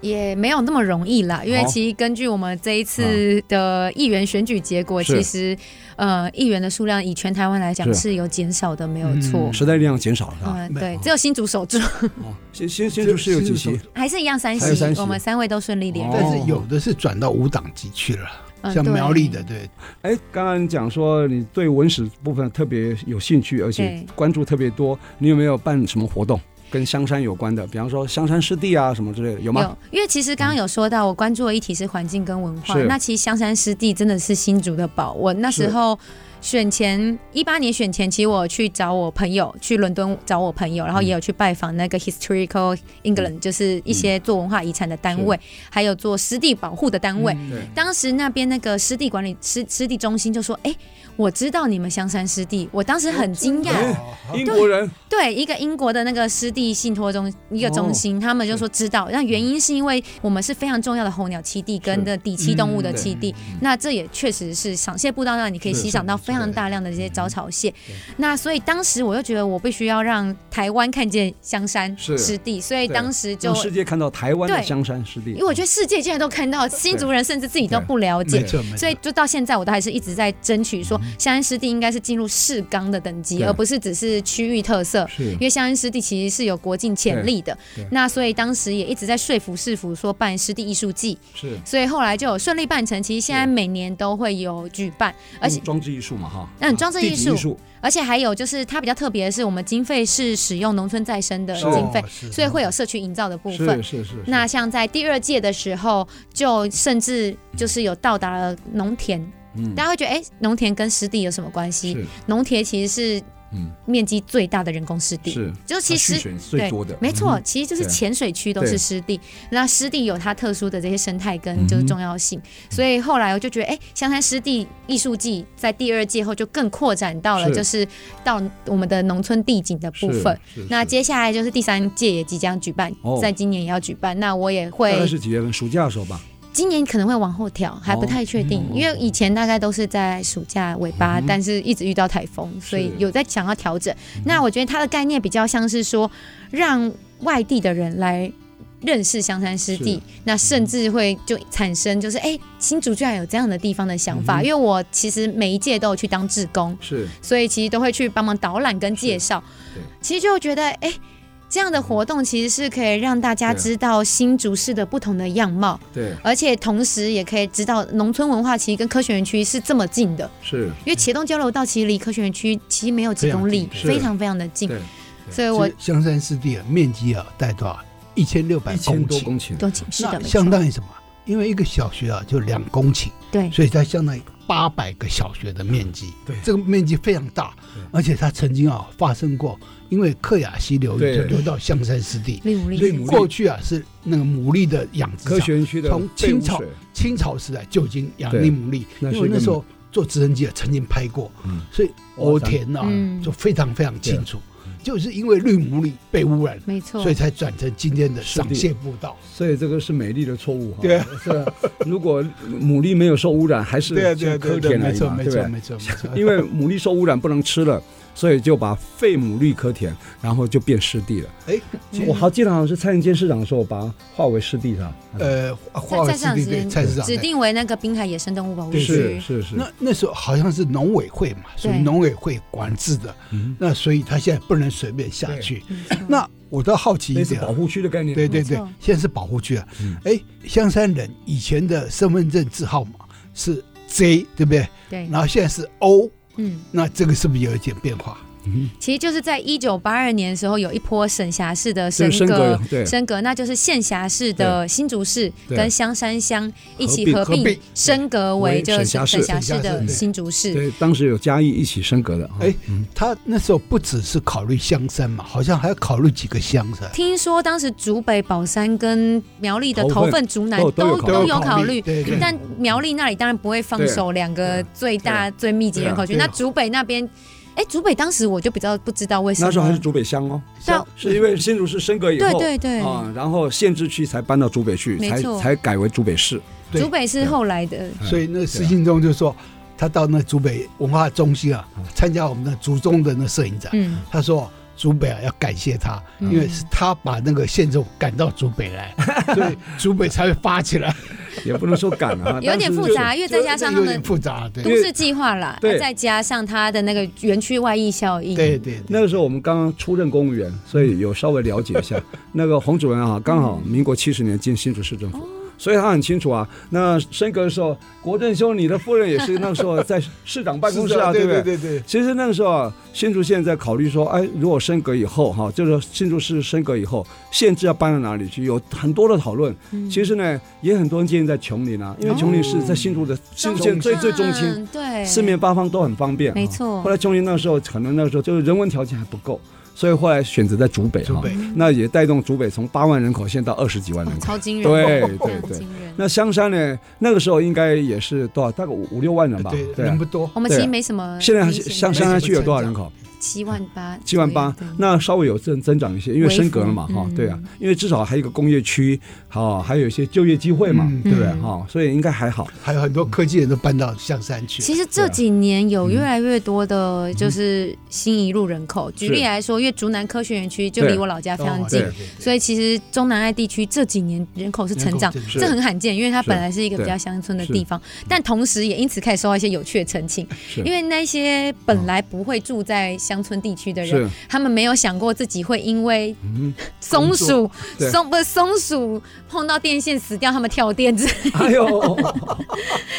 Speaker 5: 也没有那么容易啦，因为
Speaker 3: 好
Speaker 5: 其实根据我们这一次的议员选举结果，
Speaker 3: 是
Speaker 5: 其实呃，议员的数量以全台湾来讲
Speaker 3: 是
Speaker 5: 是有减少的，没有
Speaker 4: 嗯
Speaker 5: 错。
Speaker 3: 时代力量减少了是吧？
Speaker 5: 嗯，对，只有新竹守住，
Speaker 3: 哦，先先先就是有几席，
Speaker 5: 还是一样三
Speaker 3: 还有三
Speaker 5: 席，
Speaker 3: 席
Speaker 5: 我们三位都顺利连任
Speaker 3: 哦。
Speaker 4: 但是有的是转到无党籍去了，
Speaker 5: 嗯
Speaker 4: 像
Speaker 5: 对
Speaker 4: 苗栗的对，
Speaker 3: 哎，刚刚你讲说你对文史部分特别有兴趣，而且
Speaker 5: 对
Speaker 3: 关注特别多，你有没有办什么活动跟香山有关的？比方说香山湿地啊什么之类的，有吗？
Speaker 5: 有，因为其实刚刚有说到，我关注的议题是环境跟文化
Speaker 3: 是。
Speaker 5: 那其实香山湿地真的是新竹的宝。我那时候选前一八年选前，其实我去找我朋友，去伦敦找我朋友，然后
Speaker 3: 嗯
Speaker 5: 也有去拜访那个 Historical England，、就是一些做文化遗产的单
Speaker 3: 嗯
Speaker 5: 位，还有做湿地保护的单位。
Speaker 3: 对
Speaker 5: 当时那边那个湿地管理湿湿地中心就说：“哎、我知道你们香山湿地。”我当时
Speaker 3: 哦
Speaker 5: 很惊
Speaker 4: 哦
Speaker 5: 讶，
Speaker 3: 哎英国人
Speaker 5: 对，一个英国的那个湿地信托中一个中
Speaker 3: 哦
Speaker 5: 心，他们就说知道，那原因是因为我们是非常重要的候鸟栖地跟的底栖动物的栖
Speaker 3: 嗯
Speaker 5: 地，那这也确实是赏蟹步道让你可以
Speaker 4: 是
Speaker 5: 欣赏到非常大量的这些招潮蟹。那所以当时我就觉得我必须要让台湾看见香山
Speaker 3: 是
Speaker 5: 湿地，所以
Speaker 3: 对
Speaker 5: 当时就
Speaker 3: 让。世界看到台湾的
Speaker 5: 对
Speaker 3: 香山湿地，
Speaker 5: 因为我觉得世界竟然都看到，新竹人甚至自己都
Speaker 3: 对嗯
Speaker 5: 不了解
Speaker 4: 没，错没错
Speaker 5: 所以，就到现在，我都还是一直在争取说，香安湿地应该是进入市纲的等级，
Speaker 3: 对
Speaker 5: 而不是只是区域特色。
Speaker 3: 是
Speaker 5: 因为香安湿地其实是有国境潜力的
Speaker 3: 对对。
Speaker 5: 那所以当时也一直在说服市府说办湿地艺术季，
Speaker 3: 是
Speaker 5: 所以后来就有顺利办成。其实现在每年都会有举办，而且
Speaker 3: 用装置艺术嘛哈，啊
Speaker 5: 嗯装置艺术
Speaker 3: 地景艺术
Speaker 5: 而且还有就是它比较特别的是，我们经费是使用农村再生的
Speaker 3: 是
Speaker 5: 经费
Speaker 4: 哦，是
Speaker 5: 所以会有社区营造的部
Speaker 3: 是
Speaker 5: 分。
Speaker 3: 是是，
Speaker 5: 那像在第二届的时候，就甚至就是有到达了农田，
Speaker 3: 嗯
Speaker 5: 大家会觉得，哎、农田跟湿地有什么关系？
Speaker 3: 是
Speaker 5: 农田其实是
Speaker 3: 嗯，
Speaker 5: 面积最大的人工湿地。
Speaker 3: 是，啊
Speaker 5: 就其
Speaker 3: 它蓄
Speaker 5: 实
Speaker 3: 水最多的，
Speaker 5: 没错，
Speaker 3: 嗯
Speaker 5: 其实就是
Speaker 3: 对
Speaker 5: 浅水区都
Speaker 3: 对
Speaker 5: 是湿地，那湿地有它特殊的这些生态
Speaker 3: 嗯哼
Speaker 5: 跟就是重要性，所以后来我就觉得，哎，香山湿地艺术季在第二届后就更扩展到了
Speaker 3: 是
Speaker 5: 就是到我们的农村地景的部分。。
Speaker 3: 是是
Speaker 5: 那
Speaker 3: 是
Speaker 5: 接下来就是第三届也即将举办，
Speaker 3: 哦
Speaker 5: 在今年也要举办。那我也
Speaker 3: 大概
Speaker 5: 会
Speaker 3: 是几月份？暑假的时候吧。
Speaker 5: 今年可能会往后调，还不太确定，
Speaker 3: 哦嗯
Speaker 5: 因为以前大概都是在暑假尾巴，
Speaker 3: 嗯
Speaker 5: 但是一直遇到台风，所以有在想要调整。那我觉得它的概念比较像是说，让外地的人来。认识香山湿
Speaker 3: 是
Speaker 5: 地，那甚至会就产生就是哎、新竹居然有这样的地方的想法。
Speaker 3: 嗯哼
Speaker 5: 因为我其实每一届都有去当志工，
Speaker 3: 是
Speaker 5: 所以其实都会去帮忙导览跟介绍
Speaker 3: 是对。
Speaker 5: 其实就觉得，哎，这样的活动其实是可以让大家
Speaker 3: 对啊
Speaker 5: 知道新竹市的不同的样貌，
Speaker 3: 对，
Speaker 5: 而且同时也可以知道农村文化其实跟科学园区是这么近的，
Speaker 3: 是
Speaker 5: 因为茄东交流道其实离科学园区其实没有几公里，
Speaker 3: 非常近对
Speaker 5: 非常非常的近
Speaker 3: 对。
Speaker 5: 所以我
Speaker 4: 是香山湿地啊，面积啊，带多少？一千六百
Speaker 3: 一千
Speaker 4: 公
Speaker 3: 多
Speaker 4: 顷，
Speaker 3: 公顷，
Speaker 5: 多情是的，
Speaker 4: 那
Speaker 5: 没
Speaker 4: 相
Speaker 5: 错，
Speaker 4: 当于什么？因为一个小学啊，就两公顷，
Speaker 5: 对，
Speaker 4: 所以它相当于八百个小学的面积。
Speaker 3: 对
Speaker 4: 这个面积非常大
Speaker 3: 对，
Speaker 4: 而且它曾经啊发生过，因为克雅溪流
Speaker 3: 对
Speaker 4: 域就流到香山湿地，
Speaker 5: 利武力
Speaker 4: 所以
Speaker 3: 牡蛎
Speaker 4: 过去啊是那个牡蛎的养殖
Speaker 3: 科
Speaker 4: 场。
Speaker 3: 学园区的
Speaker 4: 从
Speaker 3: 废
Speaker 4: 清
Speaker 3: 污
Speaker 4: 朝
Speaker 3: 水
Speaker 4: 清朝时代就已经养
Speaker 3: 对
Speaker 4: 利牡蛎，
Speaker 3: 那是
Speaker 4: 因为
Speaker 3: 一个
Speaker 4: 那时候坐直升机啊曾经拍过
Speaker 3: 嗯，
Speaker 4: 所以欧田呐
Speaker 5: 嗯
Speaker 4: 就非常非常清楚，就是因为绿牡蛎被污染，
Speaker 5: 没错
Speaker 4: 所以，才转成今天的
Speaker 3: 湿地
Speaker 4: 赏蟹步道。
Speaker 3: 所以这个是美丽的错误哈。
Speaker 4: 对啊，
Speaker 3: 是啊如果牡蛎没有受污染，还是就科
Speaker 4: 对，
Speaker 3: 田而
Speaker 4: 没
Speaker 3: 已
Speaker 4: 错
Speaker 3: 嘛，
Speaker 4: 没
Speaker 3: 对不
Speaker 4: 错
Speaker 3: 对？
Speaker 4: 没错没错，
Speaker 3: 因为牡蛎受污染不能吃了，所以就把废牡蛎科田，然后就变湿地了。
Speaker 4: 哎，
Speaker 3: 我好记得好像是蔡英坚市长的时候把它划为湿地嗯上。
Speaker 4: 呃，花卉湿地对菜市场
Speaker 5: 指
Speaker 4: 对。
Speaker 5: 定为那个滨海野生动物保护
Speaker 4: 对
Speaker 3: 啊是
Speaker 5: 区，
Speaker 3: 是是，
Speaker 4: 那那时候好像是农委会嘛，属于
Speaker 5: 对
Speaker 4: 农委会管制的，
Speaker 3: 嗯
Speaker 4: 那所以他现在不能随便下去。
Speaker 5: 没 错
Speaker 4: 那我倒好奇
Speaker 3: 类
Speaker 4: 一
Speaker 3: 似
Speaker 4: 点啊，
Speaker 3: 保护区的概念。
Speaker 4: 对对
Speaker 5: 没
Speaker 4: 对
Speaker 5: 错，
Speaker 4: 现在是保护区啊
Speaker 3: 嗯。
Speaker 4: 哎、香山人以前的身份证字号码是 J，对不对？
Speaker 5: 对，
Speaker 4: 然后现在是 O，
Speaker 5: 嗯。
Speaker 4: 那这个是不是有一点变化？
Speaker 3: 嗯
Speaker 5: 其实就是在一九八二年的时候，有一波省辖市的
Speaker 3: 这个
Speaker 5: 升
Speaker 3: 升格
Speaker 5: 格，
Speaker 3: 对
Speaker 5: 升格那就是县辖市的新竹市
Speaker 3: 对
Speaker 5: 跟香山乡一起
Speaker 3: 合
Speaker 5: 合
Speaker 3: 并
Speaker 4: 合并
Speaker 5: 并升格为
Speaker 3: 为
Speaker 5: 就是
Speaker 3: 省辖
Speaker 5: 省
Speaker 3: 市
Speaker 5: 辖市
Speaker 4: 省辖市
Speaker 5: 的
Speaker 4: 对
Speaker 5: 新竹市。
Speaker 3: 对，当时有嘉义一起升格的。啊
Speaker 4: 哎
Speaker 3: 嗯
Speaker 4: 他那时候不只是考虑香山嘛，好像还要考虑几个乡噻。
Speaker 5: 听说当时竹北、宝山跟苗栗的
Speaker 3: 头份
Speaker 5: 头份、竹南
Speaker 3: 都都有
Speaker 5: 都
Speaker 3: 考虑
Speaker 5: 有考虑。嗯
Speaker 4: 对对，
Speaker 5: 但苗栗那里当然不会放手两
Speaker 3: 啊
Speaker 5: 个最大最密集人口区，
Speaker 4: 对啊
Speaker 5: 那竹北那边，哎，竹北当时我就比较不知道为什么，
Speaker 3: 那时候还是竹北乡哦，
Speaker 4: 啊
Speaker 5: 但
Speaker 3: 是因为新竹市升格以
Speaker 5: 对
Speaker 3: 后，
Speaker 5: 对对，
Speaker 3: 啊，然后县治区才搬到竹北去，
Speaker 5: 没
Speaker 3: 才
Speaker 5: 错
Speaker 3: 才改为竹北市。
Speaker 4: 对
Speaker 5: 竹北是后来的，
Speaker 4: 所以那个石信中就说，他到那竹北文化中心啊
Speaker 3: 嗯，
Speaker 4: 参加我们的竹中的那摄影展，
Speaker 5: 嗯，
Speaker 4: 他说。竹北啊，要感谢他，
Speaker 5: 嗯
Speaker 4: 因为是他把那个县政府赶到竹北 来，所以竹北才会发起来。
Speaker 3: 也不能说赶 啊，
Speaker 5: 有点
Speaker 3: 但是
Speaker 5: 复杂，因为再加上他
Speaker 4: 有
Speaker 5: 们
Speaker 4: 点复杂，对
Speaker 5: 都
Speaker 3: 因为
Speaker 5: 市计划啦，
Speaker 3: 对
Speaker 5: 再加上它的那个园区外溢效应，
Speaker 4: 对对，
Speaker 3: 那个时候我们刚刚出任公务员，所以有稍微了解一 下。那个洪主任啊，刚
Speaker 5: 嗯
Speaker 3: 好民国七十年进新竹市政
Speaker 5: 哦
Speaker 3: 府，所以他很清楚啊。那升格的时候，国政兄你的夫人也是那个时候在市长办公室 啊，
Speaker 4: 对
Speaker 3: 不
Speaker 4: 对？对对，
Speaker 3: 其实那个时候啊，新竹县在考虑说，哎，如果升格以后哈、就是新竹市升格以后，县治要搬到哪里去，有很多的讨论。
Speaker 5: 嗯
Speaker 3: 其实呢，也很多人建议在琼林啊，因为琼林是在新竹的、新竹县最最中心，，
Speaker 5: 嗯哦对，
Speaker 3: 四面八方都很方便。啊
Speaker 5: 没
Speaker 3: 后
Speaker 5: 错，
Speaker 3: 来琼林那时候可能那时候就是人文条件还不够，所以后来选择在竹北
Speaker 4: 竹
Speaker 3: 哈，
Speaker 4: 北
Speaker 3: 那也带动竹北从八万人口现在到二十几万人
Speaker 5: 哦
Speaker 3: 口。
Speaker 5: 超惊人，
Speaker 3: 对
Speaker 5: 非常
Speaker 3: 对对
Speaker 5: 惊人。
Speaker 3: 那香山呢，那个时候应该也是多少，大概五五六万人吧，
Speaker 4: 对
Speaker 3: 对
Speaker 4: 人
Speaker 3: 啊。
Speaker 4: 不多，
Speaker 5: 我们其
Speaker 3: 对
Speaker 5: 实没什么明
Speaker 3: 现
Speaker 5: 显
Speaker 3: 在
Speaker 5: 的，
Speaker 3: 香
Speaker 4: 没什
Speaker 3: 香
Speaker 4: 么
Speaker 3: 山区有多少
Speaker 4: 增
Speaker 3: 人
Speaker 4: 长
Speaker 3: 口？
Speaker 5: 七万八，
Speaker 3: 七万八
Speaker 5: 对，
Speaker 3: 那稍微有增增长一些，因为
Speaker 5: 微幅
Speaker 3: 升格了嘛，哈、
Speaker 5: 嗯
Speaker 3: 对啊，因为至少还有一个工业区，好、还有一些就业机会嘛，
Speaker 4: 嗯
Speaker 3: 对不对？哈、
Speaker 5: 嗯
Speaker 3: 所以应该还好。
Speaker 4: 还有很多科技人都搬到象山去。
Speaker 5: 其实这几年有越来越多
Speaker 3: 啊
Speaker 5: 的，
Speaker 3: 嗯
Speaker 5: 就是新移入人口。举例来说，因为竹南科学园区就离
Speaker 3: 对啊
Speaker 5: 我老家非
Speaker 4: 哦
Speaker 5: 常
Speaker 4: 对
Speaker 5: 近
Speaker 3: 对，
Speaker 5: 所以其实中南爱地区这几年人口是成长
Speaker 4: 人口，
Speaker 3: 是
Speaker 5: 这很罕见，因为它
Speaker 3: 是
Speaker 5: 本来是一个
Speaker 3: 对
Speaker 5: 比较乡村的
Speaker 3: 是
Speaker 5: 地方，但同时也因此开始收到一些有趣的澄清，因为那些本来不会住在乡村地区的人，
Speaker 3: 是，
Speaker 5: 他们没有想过自己会因为
Speaker 3: 嗯，
Speaker 5: 松鼠
Speaker 3: 对
Speaker 5: 松不是松鼠碰到电线死掉，他们跳电 子，
Speaker 3: 哎呦，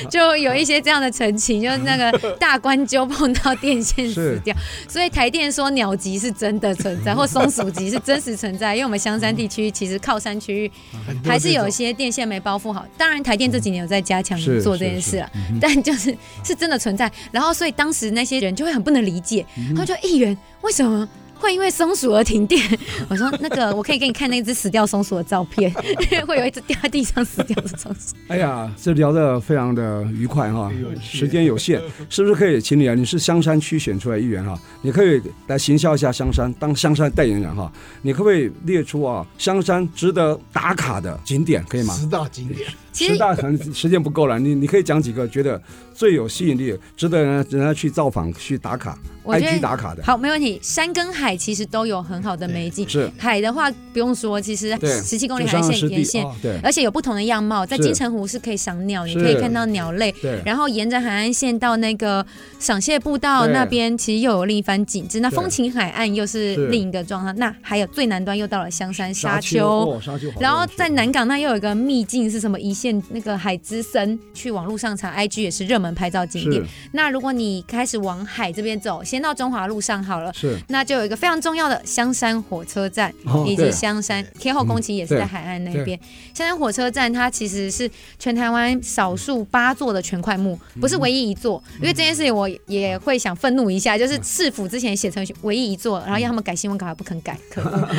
Speaker 5: 就有一些这样的澄 清，就是那个大关鸠碰到电线死掉，所以台电说鸟集是真的存 在，或松鼠集是真实存在，因为我们香山地区其实靠山区域
Speaker 4: 很
Speaker 3: 嗯
Speaker 4: 多
Speaker 5: 还是有
Speaker 4: 这
Speaker 5: 一
Speaker 4: 种
Speaker 5: 些电线没包覆好。当然，台电这几年有在加强
Speaker 3: 是
Speaker 5: 做这件事了啊
Speaker 3: 是是嗯哼，嗯
Speaker 5: 但就是是真的存在。然后，所以当时那些人就会很不能理解，他们就哎、议员为什么？会因为松鼠而停电， 我说那个我可以给你看那只死掉松鼠的照片， 会有一只掉在地上死掉的松 鼠。
Speaker 3: 哎呀，这聊得非常的愉快哈，时间有限， 是不是可以请你啊？你是香山区选出来议员哈，你可以来行销一下香山，当香山代言人哈。你可不可以列出啊香山值得打卡的景点，可以吗？
Speaker 4: 十大景点，
Speaker 5: 其
Speaker 3: 十
Speaker 5: 实
Speaker 3: 大可能时间不够了，你你可以讲几个觉得最有吸引力、值得人家人家去造访、去打卡、
Speaker 5: 我觉
Speaker 3: IG
Speaker 5: 得
Speaker 3: 打卡的，
Speaker 5: 好，没问题。山跟海其实都有很好的美景，
Speaker 3: 是
Speaker 5: 海的话不用说，其实
Speaker 3: 对
Speaker 5: 十七公里
Speaker 3: 就
Speaker 5: 海
Speaker 3: 上湿
Speaker 5: 线
Speaker 3: 地
Speaker 5: 沿，线，
Speaker 3: 哦对
Speaker 5: 而且有不同的样貌。在
Speaker 3: 是
Speaker 5: 金城湖是可以赏鸟，你
Speaker 3: 是
Speaker 5: 可以看到鸟类。
Speaker 3: 对。
Speaker 5: 然后沿着海岸线到那个赏蟹步道
Speaker 3: 对
Speaker 5: 那边，其实又有另一番景致。那
Speaker 3: 对
Speaker 5: 风情海岸又是
Speaker 3: 是
Speaker 5: 另一个状态。那还有最南端又到了香山沙丘，
Speaker 3: 丘，哦沙丘好多人去，
Speaker 5: 然后在南港那又有一个秘境是什么？一线那个海之森，去网络上查，IG 也是热门拍照景点
Speaker 3: 是。
Speaker 5: 那如果你开始往海这边走，先到中华路上好了。
Speaker 3: 是
Speaker 5: 那就有一个非常重要的香山火车站，
Speaker 3: 哦
Speaker 5: 以及
Speaker 3: 对嗯
Speaker 5: 香山天后宫，其实也是
Speaker 3: 对
Speaker 5: 在海岸那边。香山火车站它其实是全台湾少数八座的全块木，
Speaker 3: 嗯
Speaker 5: 不是唯一一座。因为这件事情我也会想愤怒一
Speaker 3: 嗯
Speaker 5: 下，就是市府之前写成唯一一座，然后要他们改新闻稿还不肯改，可 恶！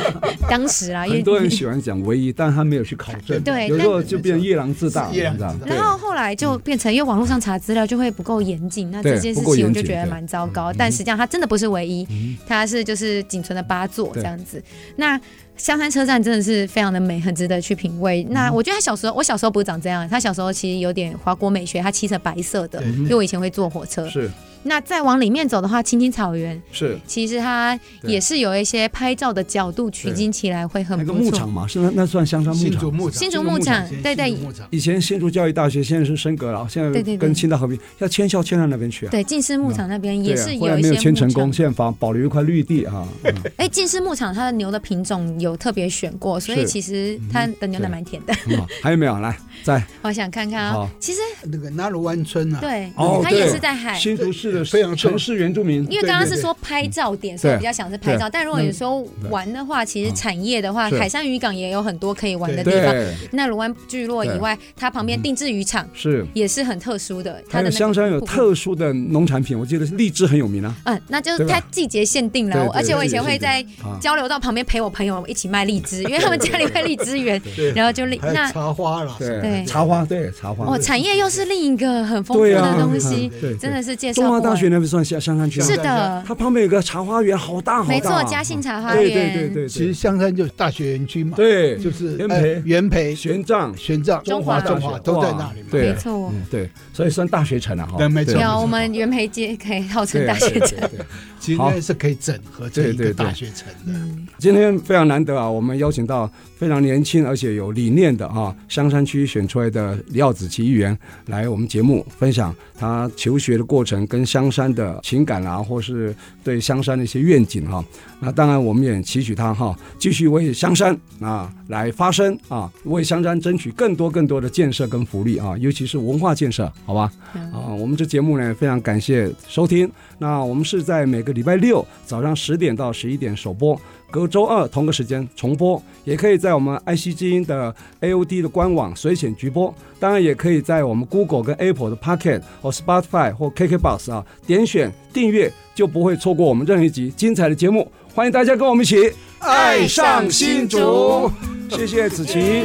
Speaker 5: 当时啊，因为
Speaker 3: 很多人喜欢讲唯一，但他没有去考证，
Speaker 5: 对
Speaker 3: 有时
Speaker 5: 但
Speaker 3: 候就变夜郎自大，
Speaker 4: 夜郎
Speaker 3: 你知道
Speaker 4: 自
Speaker 3: 吗
Speaker 4: 大
Speaker 3: 对
Speaker 5: 然后后来就变成，因为网络上查资料就会不够严谨，那
Speaker 3: 对
Speaker 5: 这件事
Speaker 3: 不够
Speaker 5: 情
Speaker 3: 严
Speaker 5: 我
Speaker 3: 谨嗯
Speaker 5: 就觉得蛮糟糕。但实际上它真的不是唯一，它是就是仅存的八座这样子。那香山车站真的是非常的美，很值得去品味。那
Speaker 3: 嗯
Speaker 5: 我觉得他小时候，我小时候不是长这样，他小时候其实有点华国美学，他漆成白色的，
Speaker 4: 对
Speaker 3: 嗯
Speaker 5: 因为我以前会坐火车。
Speaker 3: 是
Speaker 5: 那再往里面走的话，青青草原
Speaker 3: 是
Speaker 5: 其实它
Speaker 3: 对
Speaker 5: 也是有一些拍照的角度取经起来会很
Speaker 3: 那
Speaker 5: 不
Speaker 3: 个
Speaker 5: 错。
Speaker 3: 牧场嘛，是那那算香山牧
Speaker 4: 新竹
Speaker 3: 场。
Speaker 4: 牧场，
Speaker 5: 新竹
Speaker 3: 这个
Speaker 5: 牧
Speaker 3: 牧
Speaker 5: 场，
Speaker 4: 新
Speaker 5: 对对
Speaker 4: 竹牧场，
Speaker 3: 以前新竹教育大学，现在是升格了，现在
Speaker 5: 对对对
Speaker 3: 跟清大合并，要迁校迁到那边去啊。
Speaker 5: 对，近视牧场那边
Speaker 3: 对
Speaker 5: 也
Speaker 3: 啊
Speaker 5: 是
Speaker 3: 后来
Speaker 5: 一
Speaker 3: 没
Speaker 5: 些
Speaker 3: 有
Speaker 5: 牧
Speaker 3: 迁成
Speaker 5: 场
Speaker 3: 功，现在保保留一块绿地啊。 嗯
Speaker 5: 哎，近视牧场它的牛的品种有特别选过，所以
Speaker 3: 是嗯
Speaker 5: 其实它的牛奶蛮甜的。
Speaker 3: 很好，还有没有？来，再
Speaker 5: 我想看看啊
Speaker 3: 好，
Speaker 5: 其实
Speaker 4: 那个纳鲁湾村啊，
Speaker 5: 对，
Speaker 3: 哦
Speaker 5: 它也
Speaker 3: 对
Speaker 5: 是在海。
Speaker 3: 新竹市的
Speaker 4: 非常
Speaker 3: 城市原住民，
Speaker 5: 哎因为刚刚是
Speaker 4: 对对
Speaker 5: 说
Speaker 3: 嗯
Speaker 5: 拍照点，所以我比较想是拍照。但如果你说玩的话，其实产业的话，
Speaker 3: 嗯是
Speaker 5: 海山渔港也有很多可以玩的地方。
Speaker 3: 对嗯
Speaker 5: 那卢湾聚落以外，它旁边定制渔场
Speaker 3: 是。
Speaker 5: 也是很特殊的。它
Speaker 3: 还
Speaker 5: 的
Speaker 3: 有
Speaker 5: 那
Speaker 3: 香
Speaker 5: 个
Speaker 3: 山有
Speaker 5: 瀑布
Speaker 3: 特殊的农产品，我记得荔枝很有名啊。
Speaker 5: 嗯，那就是
Speaker 3: 对吧
Speaker 5: 它季节限定
Speaker 3: 对
Speaker 5: 了
Speaker 3: 对，
Speaker 5: 而且我以前
Speaker 3: 季节
Speaker 5: 会
Speaker 3: 限
Speaker 5: 在
Speaker 3: 啊
Speaker 5: 交流道旁边陪我朋友一起卖荔枝，因为他们家里卖荔 枝园，
Speaker 4: 对，
Speaker 5: 然后就荔
Speaker 4: 还有
Speaker 5: 那
Speaker 4: 茶花啦，
Speaker 5: 对
Speaker 3: 茶花对茶花。
Speaker 5: 哦，产业又是另一个很丰富
Speaker 3: 对啊
Speaker 5: 的东 西，
Speaker 3: 对对
Speaker 5: 真的是介绍
Speaker 3: 中
Speaker 5: 不
Speaker 3: 华
Speaker 5: 完。
Speaker 3: 大学那边算香香山区吗？啊
Speaker 5: 是的，
Speaker 3: 它旁边有个茶花园，好大好大啊。
Speaker 5: 没错，嘉兴茶花
Speaker 3: 哦对
Speaker 5: 园。
Speaker 3: 对对对，
Speaker 4: 其实香山就是大学园区嘛，，
Speaker 3: 对
Speaker 4: 就
Speaker 3: 就是元
Speaker 4: 呃
Speaker 3: 培
Speaker 4: 元培、
Speaker 3: 玄奘。
Speaker 4: 玄奘、
Speaker 5: 中华
Speaker 4: 中华都在那里嘛，
Speaker 3: 对
Speaker 5: 没错，
Speaker 3: 嗯对，所以算大学城了啊哈。
Speaker 4: 对没
Speaker 3: 对
Speaker 4: 错没错
Speaker 5: 有我们元培街可以号称
Speaker 3: 对
Speaker 5: 哦大
Speaker 3: 啊
Speaker 5: 学
Speaker 3: 对
Speaker 5: 城。
Speaker 3: 对对
Speaker 4: 其实应该是可以整合成一
Speaker 3: 对对
Speaker 4: 个
Speaker 3: 对
Speaker 4: 大学城的。
Speaker 3: 今天非常难得啊，我们邀请到非常年轻而且有理念的啊，香山区选出来的廖子琪议员来我们节目分享他求学的过程跟香山的情感啊，或是对香山的一些愿景哈、那当然，我们也期许他哈、继续为香山啊来发声啊，为香山争取更多更多的建设跟福利啊，尤其是文化建设，好吧？啊，我们这节目呢非常感谢收听。那我们是在每个礼拜六早上十点到十一点首播，隔周二同个时间重播，也可以在我们爱惜之音的 AOD 的官网随选直播，当然也可以在我们 Google 跟 Apple 的 Pocket 或 Spotify 或 KKBox 啊点选订阅，就不会错过我们任何一集精彩的节目。欢迎大家跟我们一起爱上新竹，谢谢子琪，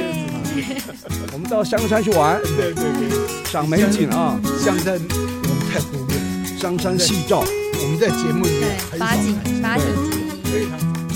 Speaker 3: 我们到香山去玩，
Speaker 4: 对对对，
Speaker 3: 赏美景啊，
Speaker 4: 香山我们太忽略了，
Speaker 3: 香山夕照。
Speaker 4: 我们在节目里面
Speaker 5: 对，
Speaker 4: 很少
Speaker 5: 八景
Speaker 4: 谈
Speaker 5: 八景集。